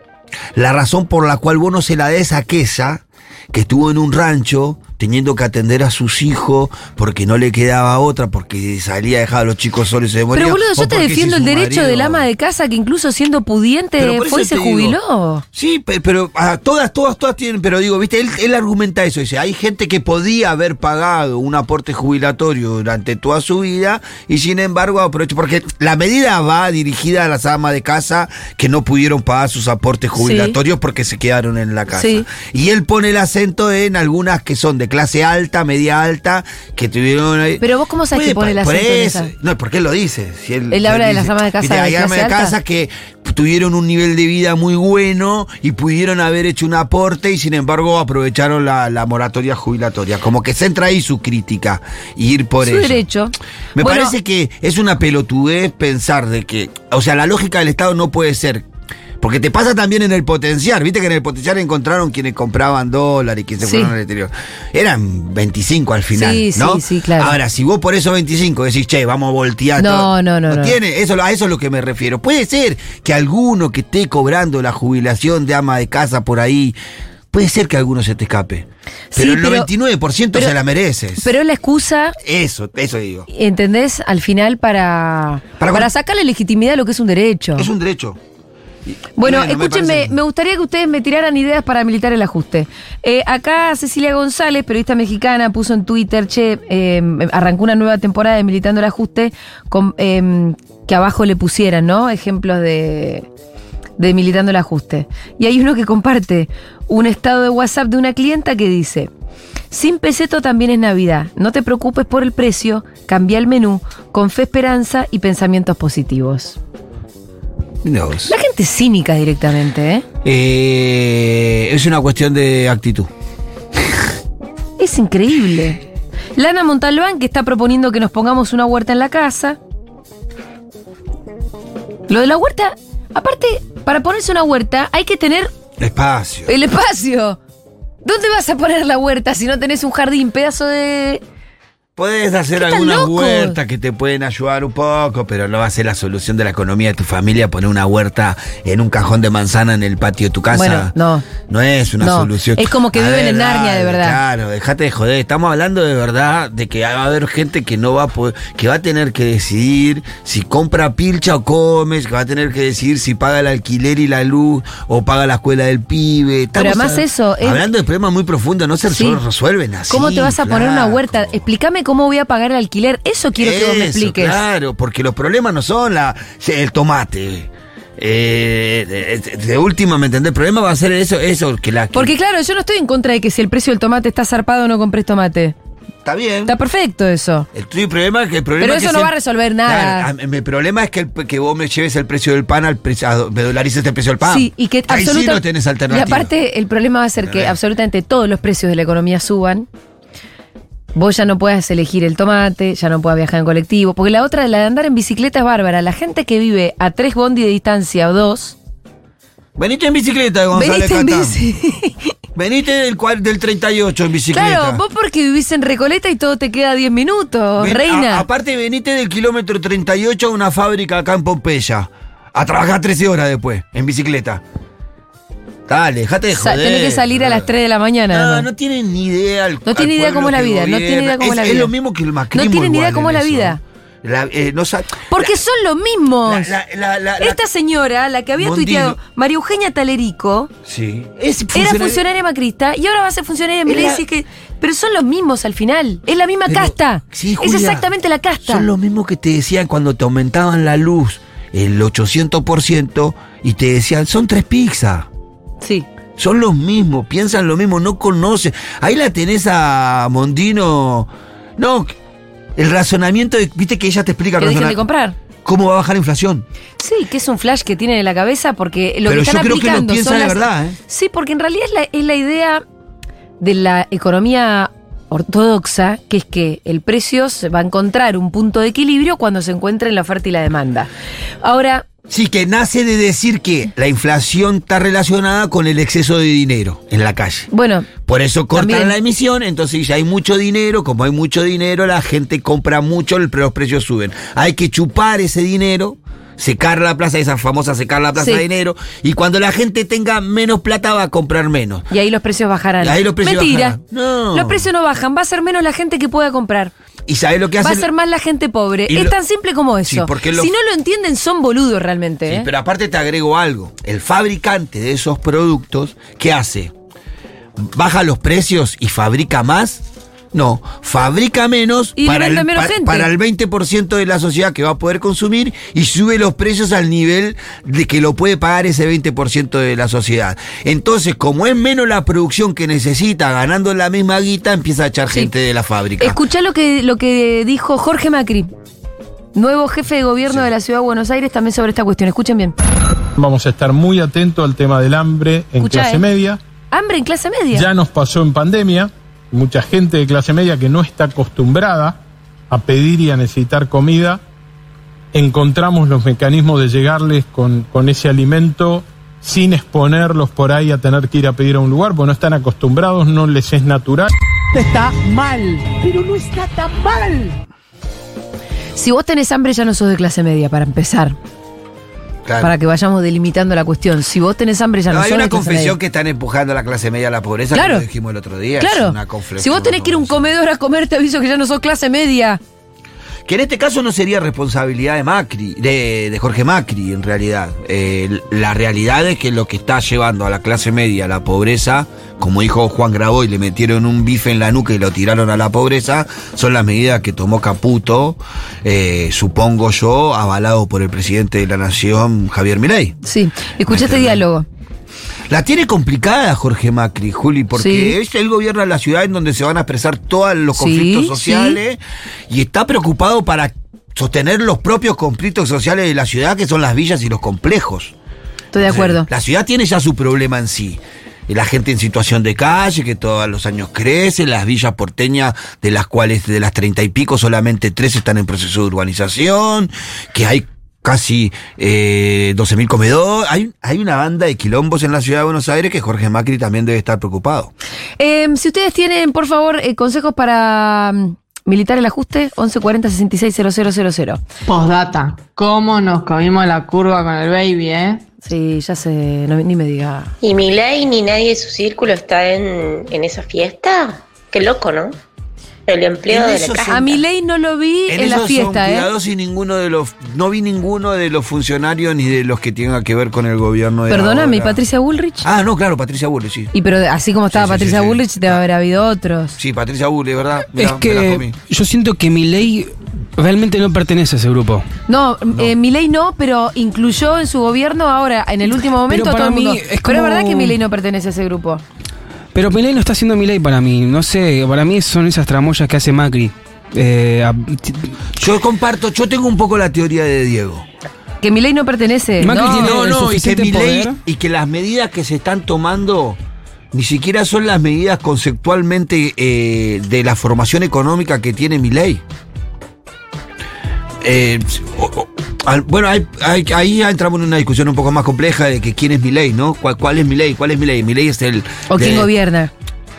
[SPEAKER 2] la razón por la cual vos no se la des a aquella que estuvo en un rancho teniendo que atender a sus hijos porque no le quedaba otra, porque salía a dejar a los chicos solos y se moría.
[SPEAKER 1] Pero boludo,
[SPEAKER 2] o
[SPEAKER 1] yo te
[SPEAKER 2] porque
[SPEAKER 1] defiendo
[SPEAKER 2] si
[SPEAKER 1] el
[SPEAKER 2] su
[SPEAKER 1] derecho
[SPEAKER 2] marido-
[SPEAKER 1] del ama de casa que incluso siendo
[SPEAKER 2] Pero
[SPEAKER 1] pudiente
[SPEAKER 2] por
[SPEAKER 1] fue y
[SPEAKER 2] eso
[SPEAKER 1] se
[SPEAKER 2] te digo,
[SPEAKER 1] jubiló.
[SPEAKER 2] Sí, pe- pero a todas, todas, todas tienen, pero digo, viste, él, él argumenta eso, dice, hay gente que podía haber pagado un aporte jubilatorio durante toda su vida y sin embargo aprovecha, porque la medida va dirigida a las amas de casa que no pudieron pagar sus aportes jubilatorios porque se quedaron en la casa.
[SPEAKER 1] Sí.
[SPEAKER 2] Y él pone el acento en algunas que son de clase alta, media alta, que tuvieron ahí. Pues,
[SPEAKER 1] Pero vos cómo sabés que pone el
[SPEAKER 2] Por
[SPEAKER 1] acento en
[SPEAKER 2] eso.
[SPEAKER 1] esa?
[SPEAKER 2] No, porque él lo dice. Si él,
[SPEAKER 1] Él habla de
[SPEAKER 2] dice,
[SPEAKER 1] las amas de casa
[SPEAKER 2] "Viste,
[SPEAKER 1] de
[SPEAKER 2] hay
[SPEAKER 1] clase
[SPEAKER 2] amas de
[SPEAKER 1] alta".
[SPEAKER 2] casa que tuvieron un nivel de vida muy bueno y pudieron haber hecho un aporte y sin embargo aprovecharon la, la moratoria jubilatoria. Como que centra ahí su crítica y ir por
[SPEAKER 1] Su
[SPEAKER 2] eso.
[SPEAKER 1] derecho.
[SPEAKER 2] Me
[SPEAKER 1] Bueno,
[SPEAKER 2] parece que es una pelotudez pensar de que, o sea, la lógica del Estado no puede ser. Porque te pasa también en el potencial. Viste que en el potencial encontraron quienes compraban dólares y quienes se
[SPEAKER 1] Sí.
[SPEAKER 2] fueron al exterior. Eran 25 al final.
[SPEAKER 1] Sí, sí,
[SPEAKER 2] ¿no?
[SPEAKER 1] sí, claro.
[SPEAKER 2] Ahora, si vos por esos 25 decís, che, vamos a voltear.
[SPEAKER 1] No,
[SPEAKER 2] todo",
[SPEAKER 1] no, no, no.
[SPEAKER 2] tiene, eso, a eso es lo que me refiero. Puede ser que alguno que esté cobrando la jubilación de ama de casa por ahí, puede ser que alguno se te escape.
[SPEAKER 1] Sí,
[SPEAKER 2] Pero el
[SPEAKER 1] pero-
[SPEAKER 2] 99%
[SPEAKER 1] pero-
[SPEAKER 2] se la mereces.
[SPEAKER 1] Pero es la excusa,
[SPEAKER 2] eso, eso digo.
[SPEAKER 1] ¿entendés? Al final para, para,
[SPEAKER 2] Para-
[SPEAKER 1] sacarle legitimidad a lo que es un derecho.
[SPEAKER 2] Es un derecho. Y-
[SPEAKER 1] Bueno,
[SPEAKER 2] y me
[SPEAKER 1] escúchenme, me,
[SPEAKER 2] parece-
[SPEAKER 1] gustaría que ustedes me tiraran ideas para militar el ajuste. Eh, acá Cecilia González, periodista mexicana, puso en Twitter, che, eh, arrancó una nueva temporada de Militando el Ajuste, con, eh, que abajo le pusieran, ¿no? Ejemplos de, de Militando el Ajuste. Y hay uno que comparte un estado de WhatsApp de una clienta que dice, sin peseto también es Navidad, no te preocupes por el precio, cambia el menú, con fe, esperanza y pensamientos positivos.
[SPEAKER 2] Mira vos.
[SPEAKER 1] La gente es cínica directamente, ¿eh?
[SPEAKER 2] Eh, es una cuestión de actitud.
[SPEAKER 1] Es increíble. Lana Montalbán que está proponiendo que nos pongamos una huerta en la casa. Lo de la huerta, aparte, para ponerse una huerta hay que tener
[SPEAKER 2] Espacio.
[SPEAKER 1] el espacio. ¿Dónde vas a poner la huerta si no tenés un jardín, pedazo de
[SPEAKER 2] Podés hacer
[SPEAKER 1] Están
[SPEAKER 2] algunas
[SPEAKER 1] locos.
[SPEAKER 2] huertas que te pueden ayudar un poco, pero no va a ser la solución de la economía de tu familia poner una huerta en un cajón de manzana en el patio de tu casa.
[SPEAKER 1] Bueno, no.
[SPEAKER 2] No es una
[SPEAKER 1] No,
[SPEAKER 2] solución.
[SPEAKER 1] es como que
[SPEAKER 2] A
[SPEAKER 1] viven
[SPEAKER 2] ver,
[SPEAKER 1] en Narnia, de
[SPEAKER 2] dale,
[SPEAKER 1] verdad.
[SPEAKER 2] Claro, dejate de joder. Estamos hablando de verdad de que va a haber gente que no va a poder, que va a tener que decidir si compra pilcha o comes, que va a tener que decidir si paga el alquiler y la luz o paga la escuela del pibe.
[SPEAKER 1] Pero
[SPEAKER 2] Estamos
[SPEAKER 1] además
[SPEAKER 2] hab-
[SPEAKER 1] eso es-
[SPEAKER 2] Hablando de problemas muy profundos, no se
[SPEAKER 1] Sí.
[SPEAKER 2] resuelven así.
[SPEAKER 1] ¿Cómo te vas a poner una
[SPEAKER 2] flaco.
[SPEAKER 1] huerta? Explícame cómo voy a pagar el alquiler. Eso quiero que vos me
[SPEAKER 2] Eso,
[SPEAKER 1] expliques.
[SPEAKER 2] Claro, porque los problemas no son la, el tomate. Eh, de, de- de última, ¿me entendés? El problema va a ser eso, eso que la. que-
[SPEAKER 1] Porque claro, yo no estoy en contra de que si el precio del tomate está zarpado no compres tomate.
[SPEAKER 2] está bien.
[SPEAKER 1] Está perfecto eso.
[SPEAKER 2] El tuyo problema es que el problema
[SPEAKER 1] Pero
[SPEAKER 2] es que
[SPEAKER 1] eso no
[SPEAKER 2] se-
[SPEAKER 1] va a resolver nada.
[SPEAKER 2] Claro, a- mi problema es que, el- que vos me lleves el precio del pan al precio, a do- me dolarices el precio del pan.
[SPEAKER 1] Sí, y que
[SPEAKER 2] Ahí sí
[SPEAKER 1] absoluta-
[SPEAKER 2] no tenés
[SPEAKER 1] Y
[SPEAKER 2] alternativa.
[SPEAKER 1] aparte, el problema va a ser que
[SPEAKER 2] ¿Entendés?
[SPEAKER 1] absolutamente todos los precios de la economía suban. Vos ya no puedas elegir el tomate, ya no puedas viajar en colectivo. Porque la otra, la de andar en bicicleta es bárbara. La gente que vive a tres bondi de distancia o dos,
[SPEAKER 2] Venite en bicicleta, González
[SPEAKER 1] veniste en
[SPEAKER 2] Catán.
[SPEAKER 1] bici. [LAUGHS]
[SPEAKER 2] Venite del, cuar- del 38 en bicicleta.
[SPEAKER 1] Claro, vos porque vivís en Recoleta y todo te queda 10 minutos,
[SPEAKER 2] Ven-
[SPEAKER 1] Oh, reina.
[SPEAKER 2] a- aparte, venite del kilómetro 38 a una fábrica acá en Pompeya. A trabajar 13 horas después, en bicicleta. Dale, dejate de
[SPEAKER 1] Sa-
[SPEAKER 2] joder.
[SPEAKER 1] tenés que salir a las 3 de la mañana.
[SPEAKER 2] No,
[SPEAKER 1] además.
[SPEAKER 2] no tienen ni idea. al-
[SPEAKER 1] No
[SPEAKER 2] al
[SPEAKER 1] tienen idea
[SPEAKER 2] pueblo
[SPEAKER 1] cómo es la
[SPEAKER 2] que
[SPEAKER 1] vida, no
[SPEAKER 2] gobierna.
[SPEAKER 1] tienen idea cómo es la vida.
[SPEAKER 2] Es lo mismo que el macrismo.
[SPEAKER 1] No tienen ni idea
[SPEAKER 2] igual
[SPEAKER 1] cómo
[SPEAKER 2] en
[SPEAKER 1] es la
[SPEAKER 2] eso.
[SPEAKER 1] vida.
[SPEAKER 2] La- eh, no sa-
[SPEAKER 1] Porque
[SPEAKER 2] la-
[SPEAKER 1] son los mismos.
[SPEAKER 2] la- la- la- la-
[SPEAKER 1] Esta señora, la que había
[SPEAKER 2] Mondino.
[SPEAKER 1] tuiteado María Eugenia Talerico,
[SPEAKER 2] Sí. Es
[SPEAKER 1] era
[SPEAKER 2] funcionario-
[SPEAKER 1] funcionaria macrista y ahora va a ser funcionaria
[SPEAKER 2] Era-
[SPEAKER 1] de que Pero son los mismos al final. Es la misma
[SPEAKER 2] Pero-
[SPEAKER 1] casta.
[SPEAKER 2] Sí,
[SPEAKER 1] es
[SPEAKER 2] Julia,
[SPEAKER 1] exactamente la casta.
[SPEAKER 2] Son los mismos que te decían cuando te aumentaban la luz el 800% y te decían, son tres pizzas.
[SPEAKER 1] Sí.
[SPEAKER 2] Son los mismos, piensan lo mismo, no conocen. Ahí la tenés a Mondino. No, el razonamiento, de- viste que ella te explica el
[SPEAKER 1] Que dejen de
[SPEAKER 2] razonamiento.
[SPEAKER 1] comprar.
[SPEAKER 2] cómo va a bajar la inflación.
[SPEAKER 1] Sí, que es un flash que tiene en la cabeza porque lo
[SPEAKER 2] Pero
[SPEAKER 1] que están
[SPEAKER 2] yo creo que lo
[SPEAKER 1] aplicando
[SPEAKER 2] piensa
[SPEAKER 1] son
[SPEAKER 2] de
[SPEAKER 1] las-
[SPEAKER 2] verdad, ¿eh?
[SPEAKER 1] Sí, porque en realidad es la, es la idea de la economía ortodoxa, que es que el precio se va a encontrar un punto de equilibrio cuando se encuentre en la oferta y la demanda. Ahora,
[SPEAKER 2] Sí, que nace de decir que la inflación está relacionada con el exceso de dinero en la calle.
[SPEAKER 1] bueno,
[SPEAKER 2] Por eso cortan
[SPEAKER 1] También.
[SPEAKER 2] la emisión, entonces ya hay mucho dinero, como hay mucho dinero, la gente compra mucho, el- los precios suben. Hay que chupar ese dinero, secar la plaza, esa famosa secar la plaza
[SPEAKER 1] Sí.
[SPEAKER 2] de dinero, y cuando la gente tenga menos plata va a comprar menos.
[SPEAKER 1] y ahí los precios bajarán.
[SPEAKER 2] Y ahí los precios
[SPEAKER 1] Mentira.
[SPEAKER 2] bajarán. No.
[SPEAKER 1] Los precios no bajan, va a ser menos la gente que pueda comprar.
[SPEAKER 2] ¿Y sabés lo que
[SPEAKER 1] Va
[SPEAKER 2] hacen?
[SPEAKER 1] a ser más la gente pobre.
[SPEAKER 2] Y
[SPEAKER 1] Es
[SPEAKER 2] lo-
[SPEAKER 1] tan simple como eso.
[SPEAKER 2] Sí, porque los-
[SPEAKER 1] Si no lo entienden, son boludos realmente.
[SPEAKER 2] Sí,
[SPEAKER 1] ¿eh?
[SPEAKER 2] pero aparte te agrego algo. El fabricante de esos productos, ¿qué hace? ¿Baja los precios y fabrica más? No, fabrica menos
[SPEAKER 1] Y le
[SPEAKER 2] para,
[SPEAKER 1] vende
[SPEAKER 2] el,
[SPEAKER 1] menos
[SPEAKER 2] pa-
[SPEAKER 1] gente.
[SPEAKER 2] para el 20% de la sociedad que va a poder consumir y sube los precios al nivel de que lo puede pagar ese 20% de la sociedad. Entonces, como es menos la producción que necesita, ganando la misma guita, empieza a echar
[SPEAKER 1] Sí.
[SPEAKER 2] gente de la fábrica.
[SPEAKER 1] Escuchá lo que, lo que dijo Jorge Macri, nuevo jefe de gobierno de la ciudad de Buenos Aires, también sobre esta cuestión. Escuchen bien.
[SPEAKER 5] Vamos a estar muy atentos al tema del hambre en
[SPEAKER 1] Escuchá,
[SPEAKER 5] clase
[SPEAKER 1] eh.
[SPEAKER 5] media.
[SPEAKER 1] Hambre en clase media.
[SPEAKER 5] Ya nos pasó en pandemia. Mucha gente de clase media que no está acostumbrada a pedir y a necesitar comida, encontramos los mecanismos de llegarles con, con ese alimento sin exponerlos por ahí a tener que ir a pedir a un lugar, porque no están acostumbrados, no les es natural.
[SPEAKER 6] Está mal, pero no está tan mal.
[SPEAKER 1] Si vos tenés hambre, ya no sos de clase media, para empezar.
[SPEAKER 2] Claro.
[SPEAKER 1] Para que vayamos delimitando la cuestión. Si vos tenés hambre, ya no,
[SPEAKER 2] No,
[SPEAKER 1] sos
[SPEAKER 2] hay
[SPEAKER 1] de
[SPEAKER 2] una
[SPEAKER 1] clase
[SPEAKER 2] confesión
[SPEAKER 1] media.
[SPEAKER 2] que están empujando a la clase media a la pobreza,
[SPEAKER 1] Claro.
[SPEAKER 2] como dijimos el otro día. Es
[SPEAKER 1] Claro.
[SPEAKER 2] una confesión,
[SPEAKER 1] Si vos tenés que ir a un
[SPEAKER 2] confesión.
[SPEAKER 1] comedor a comer, te aviso que ya no sos clase media.
[SPEAKER 2] Que en este caso no sería responsabilidad de Macri, de, de Jorge Macri en realidad. Eh, la realidad es que lo que está llevando a la clase media a la pobreza, como dijo Juan Graboy, le metieron un bife en la nuca y lo tiraron a la pobreza, son las medidas que tomó Caputo, eh, supongo yo, avalado por el presidente de la Nación, Javier Milei.
[SPEAKER 1] Sí. Escuchá este
[SPEAKER 2] Ay,
[SPEAKER 1] diálogo.
[SPEAKER 2] La tiene complicada Jorge Macri, Juli, porque
[SPEAKER 1] Sí.
[SPEAKER 2] es- él gobierna la ciudad en donde se van a expresar todos los
[SPEAKER 1] Sí,
[SPEAKER 2] conflictos sociales y está preocupado para sostener los propios conflictos sociales de la ciudad, que son las villas y los complejos.
[SPEAKER 1] Estoy de acuerdo.
[SPEAKER 2] La ciudad tiene ya su problema en sí. Eh, La gente en situación de calle, que todos los años crece, las villas porteñas, de las cuales de las treinta y pico solamente tres están en proceso de urbanización, que hay casi eh, 12.000 comedores. Hay, hay una banda de quilombos en la ciudad de Buenos Aires que Jorge Macri también debe estar preocupado.
[SPEAKER 1] Em, Eh, si ustedes tienen, por favor, eh, consejos para mm, Militar el ajuste 1140 660000.
[SPEAKER 7] Postdata. ¿Cómo nos comimos la curva con el baby, eh?
[SPEAKER 1] Sí, ya sé, no- ni me diga.
[SPEAKER 8] ¿Y mi ley ni nadie de su círculo está en, en esa fiesta? Qué loco, ¿no? El empleado
[SPEAKER 2] En
[SPEAKER 8] de la
[SPEAKER 2] esos
[SPEAKER 8] casa.
[SPEAKER 1] A Milei no lo vi en, la
[SPEAKER 2] esos
[SPEAKER 1] fiesta, ¿eh?
[SPEAKER 2] cuidados y ninguno de los no vi ninguno de los funcionarios ni de los que tengan que ver con el gobierno de
[SPEAKER 1] Perdóname, ¿y
[SPEAKER 2] ahora.
[SPEAKER 1] Patricia Bullrich.
[SPEAKER 2] Ah, no, claro, Patricia Bullrich, sí.
[SPEAKER 1] Y pero así como estaba
[SPEAKER 2] Sí, sí,
[SPEAKER 1] Patricia
[SPEAKER 2] sí, sí.
[SPEAKER 1] Bullrich, debe haber habido otros.
[SPEAKER 2] Sí, Patricia Bullrich, ¿verdad? Mirá,
[SPEAKER 9] es
[SPEAKER 2] me la comí.
[SPEAKER 9] que yo siento que mi ley realmente no pertenece a ese grupo.
[SPEAKER 1] No, eh, Milei no, pero incluyó en su gobierno ahora, en el último momento, a
[SPEAKER 9] para
[SPEAKER 1] todo el
[SPEAKER 9] mí
[SPEAKER 1] mundo.
[SPEAKER 9] es
[SPEAKER 1] Pero es
[SPEAKER 9] como-
[SPEAKER 1] verdad que Milei no pertenece a ese grupo.
[SPEAKER 9] Pero mi ley no está haciendo mi ley para mí. No sé, para mí son esas tramoyas que hace Macri. Eh, a- t-
[SPEAKER 2] Yo comparto, yo tengo un poco la teoría de Diego.
[SPEAKER 1] Que Milei no pertenece.
[SPEAKER 9] Macri
[SPEAKER 1] no.
[SPEAKER 9] tiene-
[SPEAKER 2] No,
[SPEAKER 9] el
[SPEAKER 2] no, y que,
[SPEAKER 9] suficiente
[SPEAKER 2] Milei-
[SPEAKER 9] poder.
[SPEAKER 2] y que las medidas que se están tomando ni siquiera son las medidas conceptualmente eh, de la formación económica que tiene Milei. Eh, o- o- al- bueno, hay- hay- ahí ya entramos en una discusión un poco más compleja de que quién es Milei, ¿no? ¿Cuál, cuál es Milei? ¿Cuál es Milei? Milei es el...
[SPEAKER 1] ¿O quién
[SPEAKER 2] de-
[SPEAKER 1] gobierna?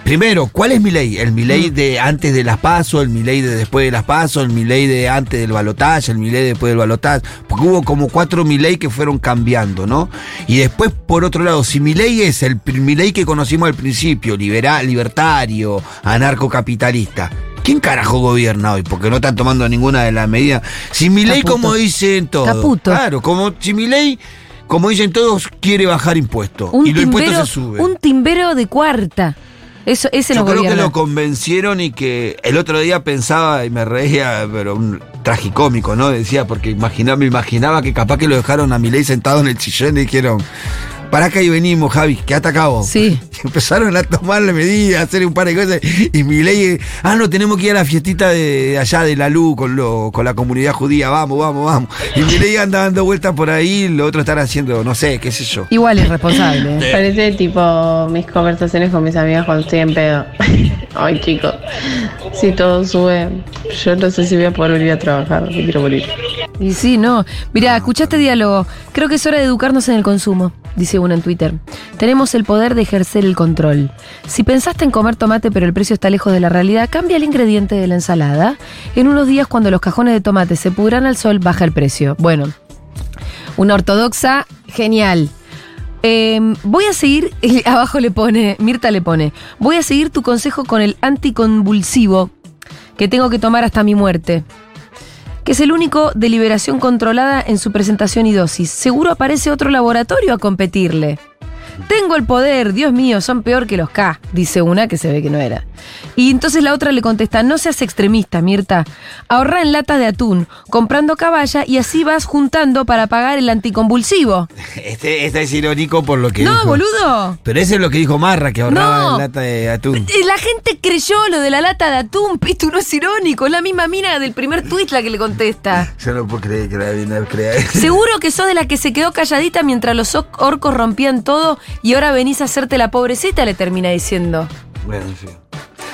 [SPEAKER 2] Primero, ¿cuál es mi ley? ¿El mi
[SPEAKER 1] Mm.
[SPEAKER 2] ley de antes de las PASO? ¿El mi ley de después de las PASO? ¿El mi ley de antes del balotaje? ¿El mi ley después del balotaje? Porque hubo como cuatro mi ley que fueron cambiando, ¿no? Y después, por otro lado, si mi ley es el mi ley que conocimos al principio, liberal, libertario, anarcocapitalista, ¿quién carajo gobierna hoy? Porque no están tomando ninguna de las medidas. Si mi ley,
[SPEAKER 1] Caputo.
[SPEAKER 2] como dicen todos.
[SPEAKER 1] Caputo.
[SPEAKER 2] Claro, como si mi ley, como dicen todos, quiere bajar impuestos.
[SPEAKER 1] Un
[SPEAKER 2] y los impuestos
[SPEAKER 1] timbero,
[SPEAKER 2] se suben.
[SPEAKER 1] un timbero de cuarta. Eso, ese
[SPEAKER 2] Yo
[SPEAKER 1] no
[SPEAKER 2] creo
[SPEAKER 1] gobierna.
[SPEAKER 2] que lo convencieron y que el otro día pensaba y me reía, pero un tragicómico, ¿no? Decía, porque imaginaba, me imaginaba que capaz que lo dejaron a Milei sentado en el sillón y dijeron, para acá y venimos, Javi, que atacamos.
[SPEAKER 1] Sí.
[SPEAKER 2] Y [LAUGHS] empezaron a tomarle medidas, a hacer un par de cosas. Y Milei, ah, no, tenemos que ir a la fiestita de, de allá de la luz con, lo- con la comunidad judía, vamos, vamos, vamos. Y Milei anda dando vueltas por ahí, lo otro estará haciendo, no sé, qué sé yo.
[SPEAKER 1] Igual es responsable. ¿eh?
[SPEAKER 7] Parece tipo mis conversaciones con mis amigas cuando estoy en pedo. [LAUGHS] Ay, chicos, si todo sube, yo no sé si voy a poder volver a trabajar, me quiero morir.
[SPEAKER 1] Y sí, no. Mira, escuchaste diálogo. Creo que es hora de educarnos en el consumo, dice uno en Twitter. Tenemos el poder de ejercer el control. Si pensaste en comer tomate pero el precio está lejos de la realidad, cambia el ingrediente de la ensalada. En unos días cuando los cajones de tomate se pudran al sol, baja el precio. Bueno, una ortodoxa genial. Eh, voy a seguir, [LAUGHS] abajo le pone, Mirta le pone, voy a seguir tu consejo con el anticonvulsivo que tengo que tomar hasta mi muerte que es el único de liberación controlada en su presentación y dosis. Seguro aparece otro laboratorio a competirle. Tengo el poder, Dios mío, son peor que los K, dice una que se ve que no era. Y entonces la otra le contesta, no seas extremista, Mirta. Ahorra en lata de atún, comprando caballa y así vas juntando para pagar el anticonvulsivo.
[SPEAKER 2] Este, este es irónico por lo que.
[SPEAKER 1] No,
[SPEAKER 2] dijo.
[SPEAKER 1] boludo.
[SPEAKER 2] Pero eso es lo que dijo Marra, que ahorraba
[SPEAKER 1] No.
[SPEAKER 2] en lata de atún.
[SPEAKER 1] Eh, La gente creyó lo de la lata de atún, [LAUGHS] Pitu, no es irónico, es la misma mina del primer tuit la que le contesta.
[SPEAKER 2] Yo no puedo creer que la viene creer.
[SPEAKER 1] Seguro que sos de la que se quedó calladita mientras los oc- orcos rompían todo y ahora venís a hacerte la pobrecita, le termina diciendo.
[SPEAKER 2] Bueno, en fin.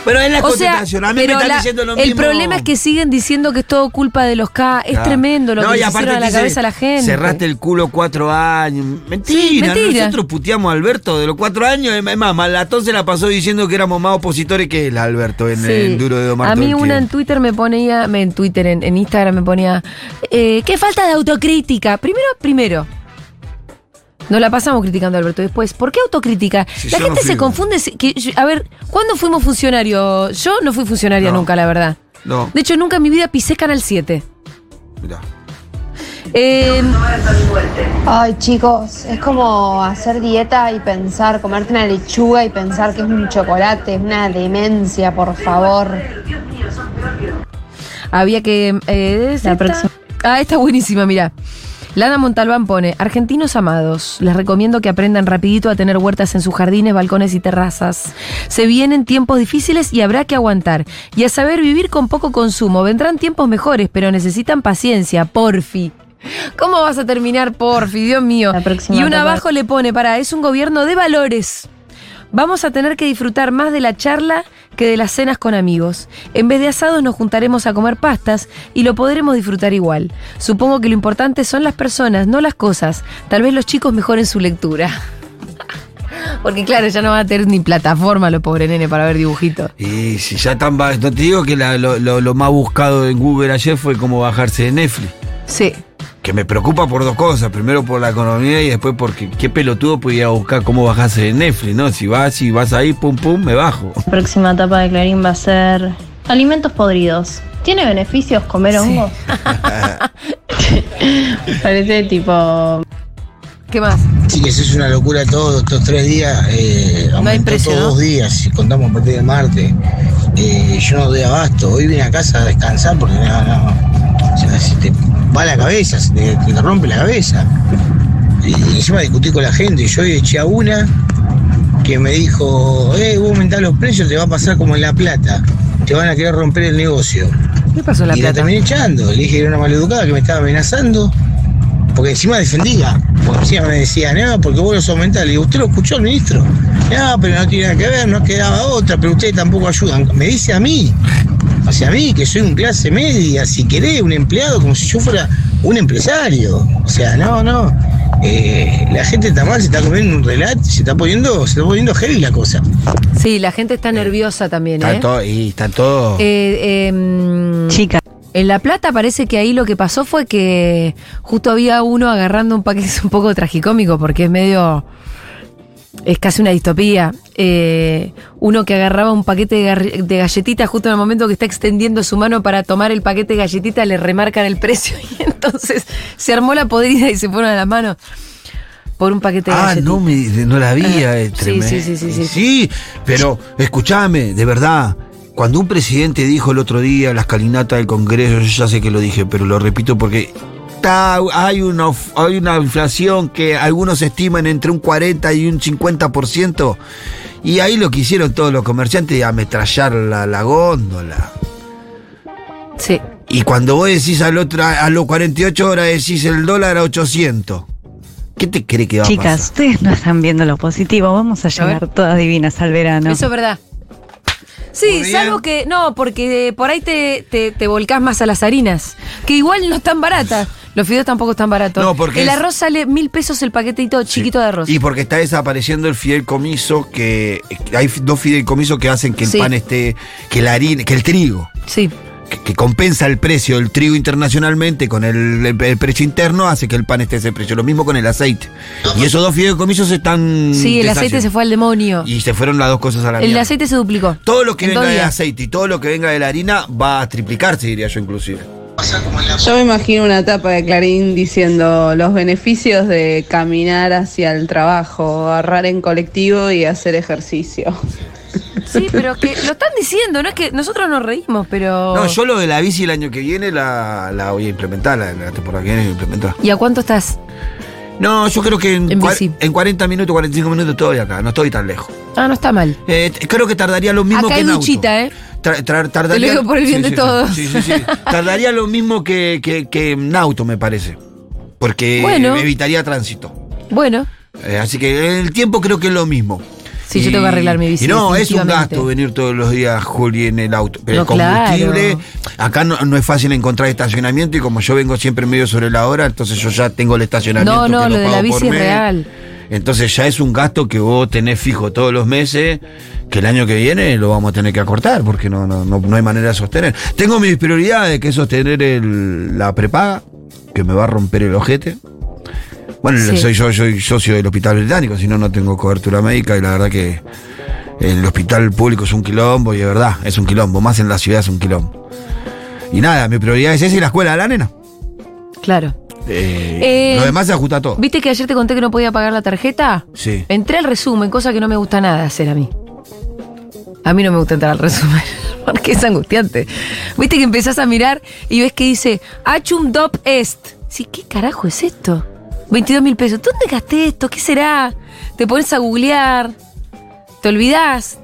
[SPEAKER 2] Pero es la
[SPEAKER 1] O sea,
[SPEAKER 2] contestación. A mí me
[SPEAKER 1] pero
[SPEAKER 2] están
[SPEAKER 1] la-
[SPEAKER 2] diciendo lo
[SPEAKER 1] el
[SPEAKER 2] mismo.
[SPEAKER 1] problema es que siguen diciendo que es todo culpa de los K. Es
[SPEAKER 2] Ah.
[SPEAKER 1] tremendo lo
[SPEAKER 2] No,
[SPEAKER 1] que
[SPEAKER 2] y
[SPEAKER 1] le
[SPEAKER 2] aparte
[SPEAKER 1] hicieron a
[SPEAKER 2] te
[SPEAKER 1] la
[SPEAKER 2] dice,
[SPEAKER 1] cabeza a la gente.
[SPEAKER 2] Cerraste el culo cuatro años. Mentira,
[SPEAKER 1] Sí, mentira.
[SPEAKER 2] nosotros puteamos a Alberto de los cuatro años. Es más, Malatón se la pasó diciendo que éramos más opositores que él, Alberto, en
[SPEAKER 1] Sí.
[SPEAKER 2] el duro de Omar
[SPEAKER 1] A mí
[SPEAKER 2] Tolkien.
[SPEAKER 1] una en Twitter me ponía, me- en Twitter, en, en Instagram me ponía, eh, qué falta de autocrítica. Primero, primero. Nos la pasamos criticando a Alberto después. ¿Por qué autocrítica?
[SPEAKER 2] Sí,
[SPEAKER 1] la
[SPEAKER 2] yo no
[SPEAKER 1] gente
[SPEAKER 2] fui
[SPEAKER 1] se
[SPEAKER 2] uno.
[SPEAKER 1] confunde. se- que yo- a ver, ¿cuándo fuimos funcionarios? Yo no fui funcionaria
[SPEAKER 2] No.
[SPEAKER 1] nunca, la verdad.
[SPEAKER 2] No,
[SPEAKER 1] De hecho, nunca en mi vida pisé Canal 7.
[SPEAKER 2] mirá.
[SPEAKER 1] Eh,
[SPEAKER 10] Ay, chicos, es como hacer dieta y pensar, comerte una lechuga y pensar que es un chocolate, es una demencia, por favor.
[SPEAKER 1] había que... eh, ¿es
[SPEAKER 7] La
[SPEAKER 1] esta?
[SPEAKER 7] próxima.
[SPEAKER 1] Ah, está buenísima, mira. Lana Montalbán pone, argentinos amados, les recomiendo que aprendan rapidito a tener huertas en sus jardines, balcones y terrazas. Se vienen tiempos difíciles y habrá que aguantar. Y a saber vivir con poco consumo. Vendrán tiempos mejores, pero necesitan paciencia, porfi. ¿Cómo vas a terminar, porfi? Dios mío.
[SPEAKER 7] La próxima
[SPEAKER 1] Y un
[SPEAKER 7] toma.
[SPEAKER 1] abajo le pone, para, es un gobierno de valores. Vamos a tener que disfrutar más de la charla que de las cenas con amigos. En vez de asados nos juntaremos a comer pastas y lo podremos disfrutar igual. Supongo que lo importante son las personas, no las cosas. Tal vez los chicos mejoren su lectura. [LAUGHS] Porque claro, ya no van a tener ni plataforma los pobres nene para ver dibujitos.
[SPEAKER 2] Y si ya están. ba- No te digo que la- lo, lo- lo más buscado en Google ayer fue cómo bajarse de Netflix.
[SPEAKER 1] Sí.
[SPEAKER 2] Que me preocupa por dos cosas. Primero por la economía y después porque qué pelotudo pudiera buscar cómo bajarse de Netflix, ¿no? Si vas, si vas ahí, pum pum, me bajo.
[SPEAKER 11] La próxima etapa de Clarín va a ser alimentos podridos. ¿Tiene beneficios comer
[SPEAKER 7] [LAUGHS]
[SPEAKER 11] hongos? [LAUGHS]
[SPEAKER 7] Parece tipo.
[SPEAKER 1] ¿Qué más?
[SPEAKER 12] Sí, que eso es una locura todo, estos tres días. Eh, aumentó
[SPEAKER 1] precio,
[SPEAKER 12] todos
[SPEAKER 1] ¿no?
[SPEAKER 12] dos días, si contamos a partir de martes. Eh, yo no doy abasto. Hoy vine a casa a descansar porque no, no. O sea, se te va la cabeza, se te, te rompe la cabeza. Y encima discutí con la gente. Yo hoy eché a una que me dijo, eh, vos aumentás los precios, te va a pasar como en La Plata. Te van a querer romper el negocio.
[SPEAKER 1] ¿Qué pasó en La
[SPEAKER 12] y
[SPEAKER 1] Plata?
[SPEAKER 12] la terminé echando. Le dije que era una maleducada que me estaba amenazando. Porque encima defendía. Porque encima me decía, no, porque vos los aumentás. Le digo, usted lo escuchó el ministro. No, pero no tiene nada que ver, no quedaba otra, pero ustedes tampoco ayudan. Me dice a mí. O sea, a mí, que soy un clase media, si querés, un empleado, como si yo fuera un empresario. O sea, no, no. Eh, la gente está mal, se está comiendo un relato, se está poniendo, se está poniendo heavy la cosa.
[SPEAKER 1] Sí, la gente está nerviosa también,
[SPEAKER 2] Está
[SPEAKER 1] ¿eh?
[SPEAKER 2] todo, y está todo.
[SPEAKER 1] Chica. Eh, em, En La Plata parece que ahí lo que pasó fue que justo había uno agarrando un paquete [LAUGHS] es un poco tragicómico porque es medio. Es casi una distopía. Eh, uno que agarraba un paquete de, gar- de galletitas justo en el momento que está extendiendo su mano para tomar el paquete de galletitas, le remarcan el precio [LAUGHS] y entonces se armó la podrida y se fueron a las manos por un paquete de
[SPEAKER 2] Ah,
[SPEAKER 1] galletitas.
[SPEAKER 2] no, me, no la había. es
[SPEAKER 1] Sí,
[SPEAKER 2] tremendo.
[SPEAKER 1] sí, sí, sí, sí.
[SPEAKER 2] pero escúchame, de verdad. Cuando un presidente dijo el otro día la escalinata del Congreso, yo ya sé que lo dije, pero lo repito porque está- hay, una, of- hay una inflación que algunos estiman entre un 40 y un 50%, y ahí lo que hicieron todos los comerciantes, ametrallar la, la góndola.
[SPEAKER 1] Sí.
[SPEAKER 2] Y cuando vos decís al otro, a los 48 horas decís el dólar a 800, ¿qué te cree que va a pasar?
[SPEAKER 13] Chicas, ustedes no están viendo lo positivo. Vamos a llegar todas divinas al verano.
[SPEAKER 1] Eso es verdad. Sí, salvo que. No, porque por ahí te, te, te volcás más a las harinas, que igual no están baratas. Los fideos tampoco están baratos.
[SPEAKER 2] No, porque
[SPEAKER 1] El
[SPEAKER 2] es-
[SPEAKER 1] arroz sale mil pesos el paquetito chiquito de arroz.
[SPEAKER 2] Y porque está desapareciendo el fideicomiso que que hay dos fideicomisos que hacen que el
[SPEAKER 1] Sí.
[SPEAKER 2] pan esté, que la harina, que el trigo,
[SPEAKER 1] Sí.
[SPEAKER 2] que, que compensa el precio del trigo internacionalmente con el, el- el precio interno hace que el pan esté a ese precio. Lo mismo con el aceite. Y esos dos fideicomisos están
[SPEAKER 1] Sí, el aceite se
[SPEAKER 2] deshaciendo.
[SPEAKER 1] fue al demonio.
[SPEAKER 2] y se fueron las dos cosas a la
[SPEAKER 1] El
[SPEAKER 2] mierda.
[SPEAKER 1] aceite se duplicó.
[SPEAKER 2] Todo lo que
[SPEAKER 1] En dos
[SPEAKER 2] venga del
[SPEAKER 1] días.
[SPEAKER 2] aceite y todo lo que venga de la harina va a triplicarse, diría yo inclusive.
[SPEAKER 7] Yo me imagino una tapa de Clarín diciendo los beneficios de caminar hacia el trabajo, agarrar en colectivo y hacer ejercicio.
[SPEAKER 1] Sí, pero que lo están diciendo, no es que nosotros nos reímos, pero.
[SPEAKER 2] No, yo lo de la bici el año que viene la, la voy a implementar, la, la temporada que viene voy a implementar.
[SPEAKER 1] ¿Y a cuánto estás?
[SPEAKER 2] No, yo creo que en,
[SPEAKER 1] En
[SPEAKER 2] cua-
[SPEAKER 1] bici.
[SPEAKER 2] en 40 minutos, 45 minutos estoy acá, no estoy tan lejos.
[SPEAKER 1] Ah, no está mal.
[SPEAKER 2] Eh, t- creo que tardaría lo mismo
[SPEAKER 1] Acá
[SPEAKER 2] que
[SPEAKER 1] hay
[SPEAKER 2] en auto.
[SPEAKER 1] duchita, ¿eh?
[SPEAKER 2] Tra- tra- tardaría,
[SPEAKER 1] Te lo digo por el bien de
[SPEAKER 2] sí,
[SPEAKER 1] todos.
[SPEAKER 2] Sí, sí, sí. Tardaría lo mismo que, que- que en auto, me parece. Porque
[SPEAKER 1] Bueno.
[SPEAKER 2] evitaría tránsito.
[SPEAKER 1] Bueno,
[SPEAKER 2] Eh, así que el tiempo creo que es lo mismo.
[SPEAKER 1] Sí, yo tengo que arreglar mi bici,
[SPEAKER 2] y no, es un
[SPEAKER 1] definitivamente.
[SPEAKER 2] gasto venir todos los días, Juli, en el auto. Pero
[SPEAKER 1] No,
[SPEAKER 2] el combustible,
[SPEAKER 1] claro.
[SPEAKER 2] acá no, no es fácil encontrar estacionamiento y como yo vengo siempre medio sobre la hora, entonces yo ya tengo el estacionamiento.
[SPEAKER 1] no, no,
[SPEAKER 2] que
[SPEAKER 1] lo de la
[SPEAKER 2] pago por
[SPEAKER 1] bici es
[SPEAKER 2] mes.
[SPEAKER 1] real.
[SPEAKER 2] Entonces ya es un gasto que vos tenés fijo todos los meses, que el año que viene lo vamos a tener que acortar, porque no, no, no, no hay manera de sostener. Tengo mis prioridades, que es sostener el- la prepaga, que me va a romper el ojete. Bueno,
[SPEAKER 14] Sí.
[SPEAKER 2] soy yo, soy socio del hospital británico, si no, no tengo cobertura médica y la verdad que el hospital público es un quilombo y de verdad es un quilombo, más en la ciudad es un quilombo. Y nada, mi prioridad es esa y la escuela de la nena.
[SPEAKER 1] Claro.
[SPEAKER 2] Eh,
[SPEAKER 1] Eh,
[SPEAKER 2] lo demás se ajusta a todo.
[SPEAKER 1] ¿Viste que ayer te conté que no podía pagar la tarjeta?
[SPEAKER 2] Sí.
[SPEAKER 1] Entré al resumen, cosa que no me gusta nada hacer a mí. A mí no me gusta entrar al resumen, [LAUGHS] porque es angustiante. Viste que empezás a mirar y ves que dice Achum Dop Est. Sí, ¿qué carajo es esto? 22 mil pesos. ¿Dónde gasté esto? ¿Qué será? Te pones a googlear, te olvidás.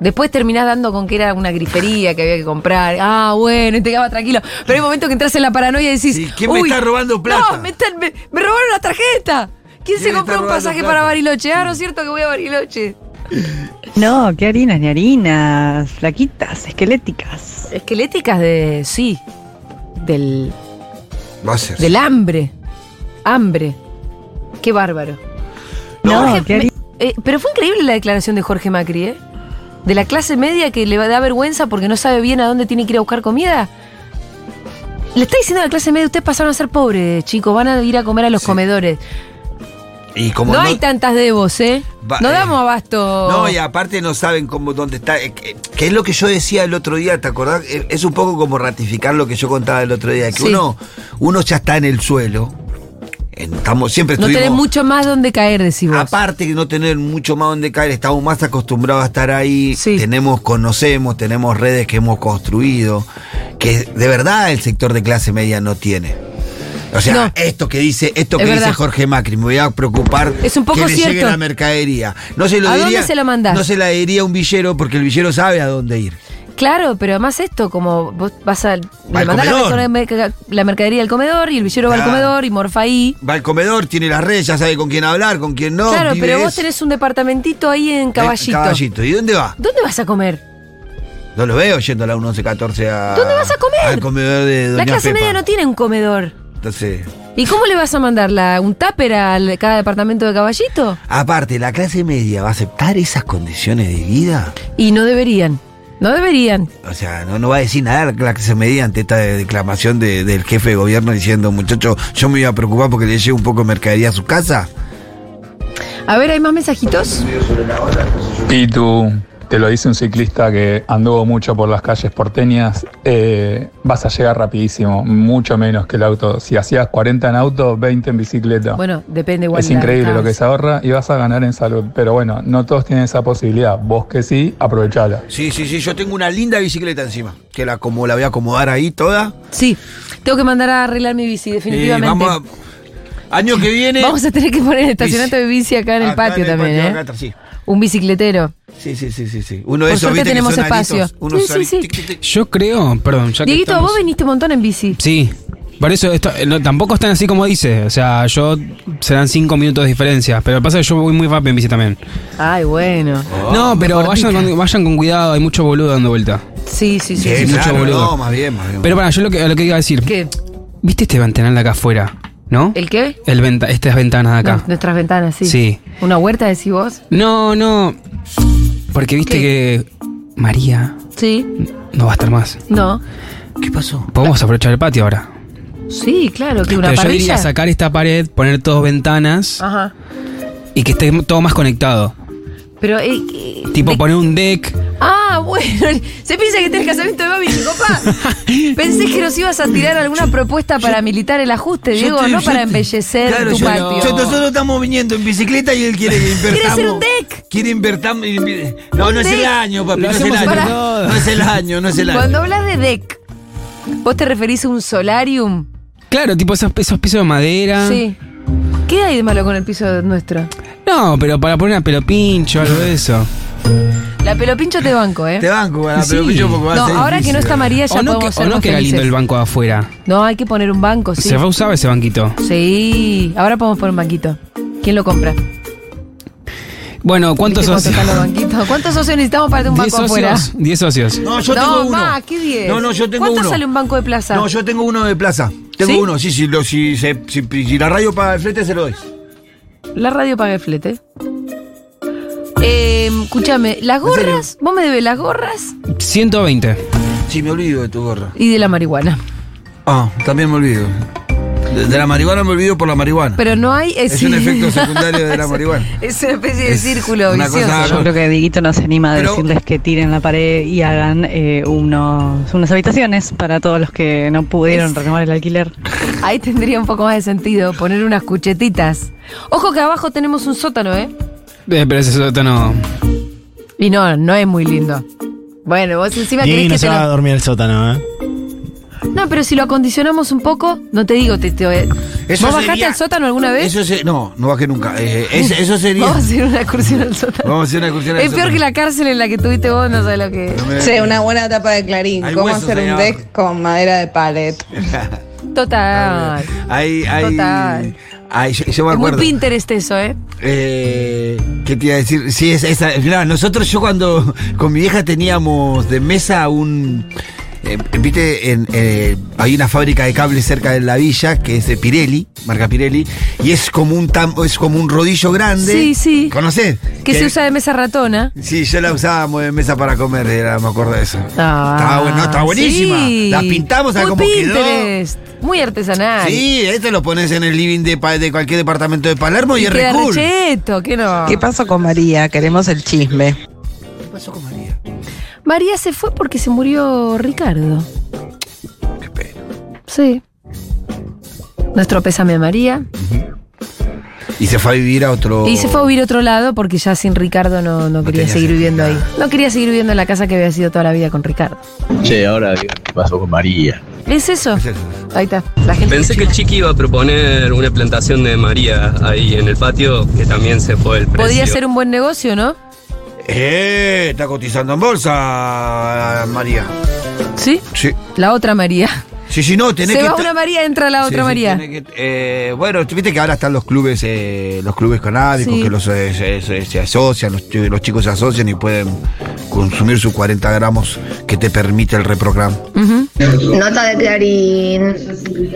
[SPEAKER 1] Después terminás dando con que era una grifería que había que comprar. Ah, bueno, y te quedabas tranquilo. Pero hay momentos que entras en la paranoia y decís.
[SPEAKER 2] quién me
[SPEAKER 1] "Uy,
[SPEAKER 2] está robando plata?"
[SPEAKER 1] No, me, están- me- me robaron la tarjeta. ¿Quién,
[SPEAKER 2] ¿Quién
[SPEAKER 1] se
[SPEAKER 2] me
[SPEAKER 1] compró
[SPEAKER 2] está
[SPEAKER 1] un
[SPEAKER 2] robando
[SPEAKER 1] pasaje
[SPEAKER 2] plata?
[SPEAKER 1] para Bariloche? Ah, no es cierto que voy a Bariloche.
[SPEAKER 13] No, qué harinas, ni harinas. Flaquitas, esqueléticas.
[SPEAKER 1] Esqueléticas de. sí. Del.
[SPEAKER 2] Va a ser.
[SPEAKER 1] del hambre. Hambre. Qué bárbaro.
[SPEAKER 13] No,
[SPEAKER 1] Jorge,
[SPEAKER 13] qué
[SPEAKER 1] me-
[SPEAKER 13] hari-
[SPEAKER 1] Eh, pero fue increíble la declaración de Jorge Macri, ¿eh? De la clase media que le da vergüenza porque no sabe bien a dónde tiene que ir a buscar comida. Le está diciendo a la clase media, ustedes pasaron a ser pobres, chicos, van a ir a comer a los comedores.
[SPEAKER 2] Y como
[SPEAKER 1] no, hay tantas debos, ¿eh?
[SPEAKER 2] Va-
[SPEAKER 1] no
[SPEAKER 2] eh,
[SPEAKER 1] damos abasto.
[SPEAKER 2] No, y aparte no saben cómo, dónde está. eh, que, que es lo que yo decía el otro día, ¿te acordás? Eh, Es un poco como ratificar lo que yo contaba el otro día, que
[SPEAKER 1] Sí.
[SPEAKER 2] uno, uno ya está en el suelo. en- estamos, siempre
[SPEAKER 1] no
[SPEAKER 2] estuvimos.
[SPEAKER 1] tenés mucho más donde caer, decís vos.
[SPEAKER 2] Aparte que no tener mucho más donde caer, estamos más acostumbrados a estar ahí, tenemos, conocemos, tenemos redes que hemos construido, que de verdad el sector de clase media no tiene. O sea,
[SPEAKER 1] No.
[SPEAKER 2] esto que dice, esto
[SPEAKER 1] Es
[SPEAKER 2] que dice
[SPEAKER 1] verdad.
[SPEAKER 2] Jorge Macri, me voy a preocupar
[SPEAKER 1] Es un poco
[SPEAKER 2] que le llegue
[SPEAKER 1] cierto.
[SPEAKER 2] la mercadería. No se lo
[SPEAKER 1] ¿A
[SPEAKER 2] diría,
[SPEAKER 1] dónde se la mandás?
[SPEAKER 2] No se la diría a un villero porque el villero sabe a dónde ir.
[SPEAKER 1] Claro, pero además esto, como vos vas a. Le
[SPEAKER 2] Al
[SPEAKER 1] mandás la,
[SPEAKER 2] comedor.
[SPEAKER 1] merca- la mercadería al comedor y el villero va al
[SPEAKER 2] Claro.
[SPEAKER 1] comedor y morfa ahí.
[SPEAKER 2] Va al comedor, tiene las redes, ya sabe con quién hablar, con quién no.
[SPEAKER 1] claro,
[SPEAKER 2] vive
[SPEAKER 1] pero vos
[SPEAKER 2] eso. Eh,
[SPEAKER 1] tenés un departamentito ahí en Caballito.
[SPEAKER 2] Caballito. ¿Y dónde va?
[SPEAKER 1] ¿Dónde vas a comer?
[SPEAKER 2] No lo veo yendo a la 1114 a.
[SPEAKER 1] ¿Dónde vas a comer?
[SPEAKER 2] Al comedor de Doña
[SPEAKER 1] la clase
[SPEAKER 2] Pepa.
[SPEAKER 1] media no tiene un comedor.
[SPEAKER 2] Entonces,
[SPEAKER 1] ¿Y cómo le vas a mandar la- un tupper a cada departamento de Caballito?
[SPEAKER 2] aparte, ¿la clase media va a aceptar esas condiciones de vida?
[SPEAKER 1] Y no deberían. No deberían.
[SPEAKER 2] O sea, no, no va a decir nada la clase media ante esta declamación de- del jefe de gobierno diciendo, muchachos, yo me iba a preocupar porque le llevo un poco de mercadería a su casa.
[SPEAKER 1] A ver, ¿hay más mensajitos?
[SPEAKER 14] Pitu, te lo dice un ciclista que anduvo mucho por las calles porteñas, eh, vas a llegar rapidísimo, mucho menos que el auto. Si hacías 40 en auto, 20 en bicicleta.
[SPEAKER 1] Bueno, depende igual.
[SPEAKER 14] es
[SPEAKER 1] de la
[SPEAKER 14] increíble lo que
[SPEAKER 1] distancia.
[SPEAKER 14] se ahorra y vas a ganar en salud. Pero bueno, no todos tienen esa posibilidad. Vos que sí, aprovechala.
[SPEAKER 2] Sí, sí, sí, yo tengo una linda bicicleta encima. Que la, como la voy a acomodar ahí toda.
[SPEAKER 1] Sí, tengo que mandar a arreglar mi bici, definitivamente.
[SPEAKER 2] Y vamos a- año que viene.
[SPEAKER 1] Vamos a tener que poner el estacionamiento de bici acá en el
[SPEAKER 2] Acá
[SPEAKER 1] patio
[SPEAKER 2] en el
[SPEAKER 1] también,
[SPEAKER 2] patio,
[SPEAKER 1] ¿eh?
[SPEAKER 2] acá atrás, sí.
[SPEAKER 1] Un bicicletero.
[SPEAKER 2] Sí, sí, sí, sí, sí. Uno de
[SPEAKER 1] Por
[SPEAKER 2] esos,
[SPEAKER 1] suerte
[SPEAKER 2] viste, que
[SPEAKER 1] tenemos
[SPEAKER 2] son
[SPEAKER 1] espacio.
[SPEAKER 2] aritos, unos
[SPEAKER 1] Sí, sí,
[SPEAKER 2] aritos.
[SPEAKER 1] sí.
[SPEAKER 9] Yo creo, perdón, ya que
[SPEAKER 1] Dieguito,
[SPEAKER 9] estamos-
[SPEAKER 1] vos viniste un montón en bici.
[SPEAKER 9] Sí. Por eso esto, eh, no, tampoco están así como dice. O sea, yo serán cinco minutos de diferencia. Pero pasa que yo voy muy rápido en bici también.
[SPEAKER 1] Ay, bueno.
[SPEAKER 9] no, pero vayan con, vayan con cuidado, hay mucho boludo dando vuelta.
[SPEAKER 1] Sí, sí, sí.
[SPEAKER 9] Bien,
[SPEAKER 1] sí.
[SPEAKER 9] claro, boludo.
[SPEAKER 2] No, más bien, más bien.
[SPEAKER 9] Pero para, yo lo que, lo que iba a decir.
[SPEAKER 1] ¿Qué?
[SPEAKER 9] ¿Viste este ventanal de acá afuera? ¿No?
[SPEAKER 1] ¿El qué?
[SPEAKER 9] El venta- estas ventanas de acá.
[SPEAKER 1] Nuestras ventanas, sí.
[SPEAKER 9] Sí.
[SPEAKER 1] ¿Una huerta decís vos?
[SPEAKER 9] No, no. Porque viste que María
[SPEAKER 1] Sí.
[SPEAKER 9] no va a estar más.
[SPEAKER 1] No.
[SPEAKER 2] ¿Qué pasó?
[SPEAKER 9] Podemos aprovechar el patio ahora.
[SPEAKER 1] Sí, claro, que una parrilla.
[SPEAKER 9] Pero yo
[SPEAKER 1] Ah.
[SPEAKER 9] diría sacar esta pared, poner todas ventanas
[SPEAKER 1] Ajá.
[SPEAKER 9] y que esté todo más conectado.
[SPEAKER 1] Pero, eh, eh,
[SPEAKER 9] Tipo
[SPEAKER 1] de-
[SPEAKER 9] poner un deck.
[SPEAKER 1] Ah, bueno. [LAUGHS] Se piensa que está el casamiento de Babi, copa.
[SPEAKER 9] [LAUGHS]
[SPEAKER 1] Pensé que nos ibas a tirar alguna propuesta para militar el ajuste, Diego,
[SPEAKER 2] te-
[SPEAKER 1] no
[SPEAKER 2] yo
[SPEAKER 1] para
[SPEAKER 2] te-
[SPEAKER 1] embellecer
[SPEAKER 2] Claro,
[SPEAKER 1] tu
[SPEAKER 2] yo-
[SPEAKER 1] patio.
[SPEAKER 2] yo- nosotros estamos viniendo en bicicleta y él quiere que invertamos.
[SPEAKER 1] Quiere hacer un deck.
[SPEAKER 2] Quiere invertamos. invi- No,
[SPEAKER 1] Un
[SPEAKER 2] no es el
[SPEAKER 1] deck.
[SPEAKER 2] año, papi.
[SPEAKER 9] Lo
[SPEAKER 2] No es el
[SPEAKER 9] hacemos
[SPEAKER 2] año.
[SPEAKER 9] entre
[SPEAKER 2] No es el año, no es el
[SPEAKER 1] Cuando
[SPEAKER 2] año.
[SPEAKER 1] hablas de deck, ¿vos te referís a un solarium?
[SPEAKER 9] Claro, tipo esos, esos pisos de madera.
[SPEAKER 1] Sí. ¿Qué hay de malo con el piso nuestro?
[SPEAKER 9] No, pero para poner una pelopincho o algo de eso.
[SPEAKER 1] La pelopincho te banco, ¿eh?
[SPEAKER 2] Te banco, para,
[SPEAKER 9] Sí.
[SPEAKER 2] pero yo porque va a
[SPEAKER 1] No,
[SPEAKER 2] ser
[SPEAKER 1] ahora que no
[SPEAKER 2] difícil.
[SPEAKER 1] está María [LAUGHS] ya
[SPEAKER 9] o no, que,
[SPEAKER 1] podemos
[SPEAKER 9] o
[SPEAKER 1] ser
[SPEAKER 9] no
[SPEAKER 1] más
[SPEAKER 9] que era lindo
[SPEAKER 1] felices.
[SPEAKER 9] el banco de afuera.
[SPEAKER 1] No, hay que poner un banco, sí.
[SPEAKER 9] Se reusaba ese banquito.
[SPEAKER 1] Sí, ahora podemos poner un banquito. ¿Quién lo compra?
[SPEAKER 9] Bueno, ¿cuántos
[SPEAKER 1] ¿Viste cuánto
[SPEAKER 9] socios?
[SPEAKER 1] están los banquitos? ¿Cuántos socios necesitamos para tener un
[SPEAKER 9] 10
[SPEAKER 1] banco afuera?
[SPEAKER 9] socios. 10 socios.
[SPEAKER 2] No, yo
[SPEAKER 1] no,
[SPEAKER 2] tengo uno.
[SPEAKER 1] ma, ¿qué 10?
[SPEAKER 2] No, no, yo tengo
[SPEAKER 1] ¿Cuánto
[SPEAKER 2] uno.
[SPEAKER 1] sale un banco de plaza?
[SPEAKER 2] No, yo tengo uno de plaza. Tengo
[SPEAKER 1] ¿Sí?
[SPEAKER 2] uno, sí, sí, lo, si, se- si, si la radio para el frente se lo doy.
[SPEAKER 1] La radio paga el flete. Eh, escúchame, las gorras, vos me debes las gorras
[SPEAKER 9] 120.
[SPEAKER 2] Sí, me olvido de tu gorra.
[SPEAKER 1] y de la marihuana.
[SPEAKER 2] Ah, también me olvido. De, de la marihuana me olvido por la marihuana.
[SPEAKER 1] Pero no hay.
[SPEAKER 2] es
[SPEAKER 1] sí. [LAUGHS]
[SPEAKER 2] un efecto secundario de la marihuana.
[SPEAKER 1] Es una especie de
[SPEAKER 2] Es
[SPEAKER 1] círculo
[SPEAKER 2] una
[SPEAKER 1] vicioso.
[SPEAKER 2] cosa-
[SPEAKER 13] Yo creo que Dieguito nos anima a
[SPEAKER 2] Pero-
[SPEAKER 13] decirles que tiren la pared y hagan eh, unos, unas habitaciones para todos los que no pudieron renovar el alquiler.
[SPEAKER 1] Ahí tendría un poco más de sentido poner unas cuchetitas. Ojo que abajo tenemos un sótano, ¿eh?
[SPEAKER 9] Eh, pero ese sótano.
[SPEAKER 1] Y no, no es muy lindo. Bueno, vos encima
[SPEAKER 15] Y
[SPEAKER 1] querés
[SPEAKER 15] no
[SPEAKER 1] que
[SPEAKER 15] se
[SPEAKER 1] te
[SPEAKER 15] va a
[SPEAKER 1] lo...
[SPEAKER 15] dormir el sótano, ¿eh?
[SPEAKER 1] No, pero si lo acondicionamos un poco, no te digo, te, te-
[SPEAKER 2] Eso
[SPEAKER 1] ¿Vos bajaste
[SPEAKER 2] sería-
[SPEAKER 1] al sótano alguna vez?
[SPEAKER 2] Eso se- no, no bajé nunca.
[SPEAKER 1] [LAUGHS]
[SPEAKER 2] Eh, es- eso sería.
[SPEAKER 1] Vamos a hacer una excursión al sótano.
[SPEAKER 2] Vamos a hacer una excursión al
[SPEAKER 1] Es peor
[SPEAKER 2] sótano.
[SPEAKER 1] que la cárcel en la que tuviste vos, no sabes lo que
[SPEAKER 2] No me-
[SPEAKER 16] Sí, una buena tapa de clarín.
[SPEAKER 2] Hay
[SPEAKER 16] ¿Cómo
[SPEAKER 2] huesos,
[SPEAKER 16] hacer
[SPEAKER 2] señor.
[SPEAKER 16] un deck con madera de palet?
[SPEAKER 1] Total.
[SPEAKER 2] Hay, hay,
[SPEAKER 1] Total.
[SPEAKER 2] hay- yo, yo me
[SPEAKER 1] Es muy
[SPEAKER 2] acuerdo.
[SPEAKER 1] Pinterest eso, ¿eh?
[SPEAKER 2] Eh, ¿Qué te iba a decir? Sí, es, esa- mirá, nosotros yo cuando con mi vieja teníamos de mesa un eh, viste, en, eh, hay una fábrica de cables cerca de la villa que es de Pirelli, marca Pirelli, y es como un tam- es como un rodillo grande.
[SPEAKER 1] Sí, sí.
[SPEAKER 2] ¿Conocés?
[SPEAKER 1] Que se usa de mesa ratona.
[SPEAKER 2] Sí, yo la usábamos de mesa para comer, era- me acuerdo de eso.
[SPEAKER 1] Ah,
[SPEAKER 2] estaba, bueno, estaba buenísima.
[SPEAKER 1] sí.
[SPEAKER 2] Las pintamos, ¿sabes
[SPEAKER 1] Muy
[SPEAKER 2] cómo quedó?
[SPEAKER 1] Pinterest, Muy artesanal.
[SPEAKER 2] Sí, este lo pones en el living de, pa- de cualquier departamento de Palermo y,
[SPEAKER 1] Y
[SPEAKER 2] es
[SPEAKER 1] queda
[SPEAKER 2] re cool.
[SPEAKER 1] recheto, que no.
[SPEAKER 16] ¿Qué pasó con María? Queremos el chisme.
[SPEAKER 2] ¿Qué pasó con María?
[SPEAKER 1] María se fue porque se murió Ricardo.
[SPEAKER 2] Qué pena.
[SPEAKER 1] Sí. Nuestro pésame a María.
[SPEAKER 2] Y se fue a vivir a otro.
[SPEAKER 1] Y se fue a vivir a otro lado porque ya sin Ricardo no, no quería
[SPEAKER 2] tenía
[SPEAKER 1] seguir viviendo ahí. No quería seguir viviendo en la casa que había sido toda la vida con Ricardo.
[SPEAKER 15] Che, ahora digan qué pasó con María.
[SPEAKER 1] ¿Es eso? Ahí está. La gente
[SPEAKER 17] Pensé que el chiqui iba a proponer una plantación de María ahí en el patio, que también se fue el precio.
[SPEAKER 1] podría ser un buen negocio, ¿no?
[SPEAKER 2] ¡Eh! Está cotizando en bolsa, María.
[SPEAKER 1] ¿Sí?
[SPEAKER 2] Sí.
[SPEAKER 1] La otra María.
[SPEAKER 2] Sí, sí, no, tenés
[SPEAKER 1] se
[SPEAKER 2] que.
[SPEAKER 1] va
[SPEAKER 2] estar-
[SPEAKER 1] una María, entra la
[SPEAKER 2] Sí,
[SPEAKER 1] otra
[SPEAKER 2] sí,
[SPEAKER 1] María.
[SPEAKER 2] tenés que- eh, bueno, viste que ahora están los clubes, eh, los clubes canábicos
[SPEAKER 1] Sí.
[SPEAKER 2] que los eh, se, se- se asocian, los, chi- los chicos se asocian y pueden consumir sus 40 gramos que te permite el reprograma.
[SPEAKER 10] Nota de Clarín.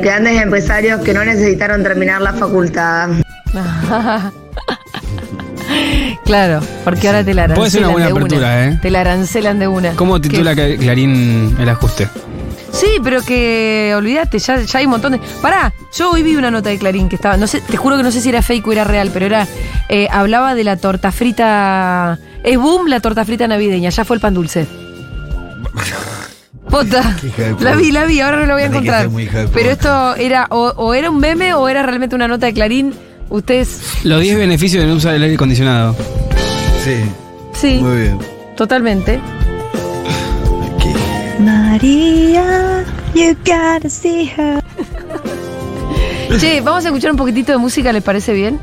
[SPEAKER 10] Grandes empresarios que no necesitaron terminar la facultad.
[SPEAKER 1] [LAUGHS] claro, porque ahora te la arancelan
[SPEAKER 9] Puede ser una buena
[SPEAKER 1] de
[SPEAKER 9] apertura, ¿eh?
[SPEAKER 1] Te la arancelan de una.
[SPEAKER 9] ¿Cómo titula
[SPEAKER 1] Que-
[SPEAKER 9] que Clarín el ajuste?
[SPEAKER 1] Sí, pero que olvídate, ya, ya hay un montón de. Pará, yo hoy vi una nota de Clarín que estaba. No sé, te juro que no sé si era fake o era real, pero era. eh, hablaba de la torta frita. Es boom la torta frita navideña, ya fue el pan
[SPEAKER 2] [LAUGHS]
[SPEAKER 1] dulce. Pota.
[SPEAKER 2] Qué hija de puta.
[SPEAKER 1] La vi, la vi, ahora no la voy a
[SPEAKER 2] Tenés que
[SPEAKER 1] encontrar.
[SPEAKER 2] ser muy hija de
[SPEAKER 1] Pero
[SPEAKER 2] puta.
[SPEAKER 1] esto era o, o era un meme o era realmente una nota de Clarín. Ustedes.
[SPEAKER 9] Los 10 beneficios de no usar el aire acondicionado.
[SPEAKER 2] Sí,
[SPEAKER 1] Sí,
[SPEAKER 2] muy bien.
[SPEAKER 1] totalmente.
[SPEAKER 18] María, you gotta see her.
[SPEAKER 1] Che, vamos a escuchar un poquitito de música, ¿les parece bien?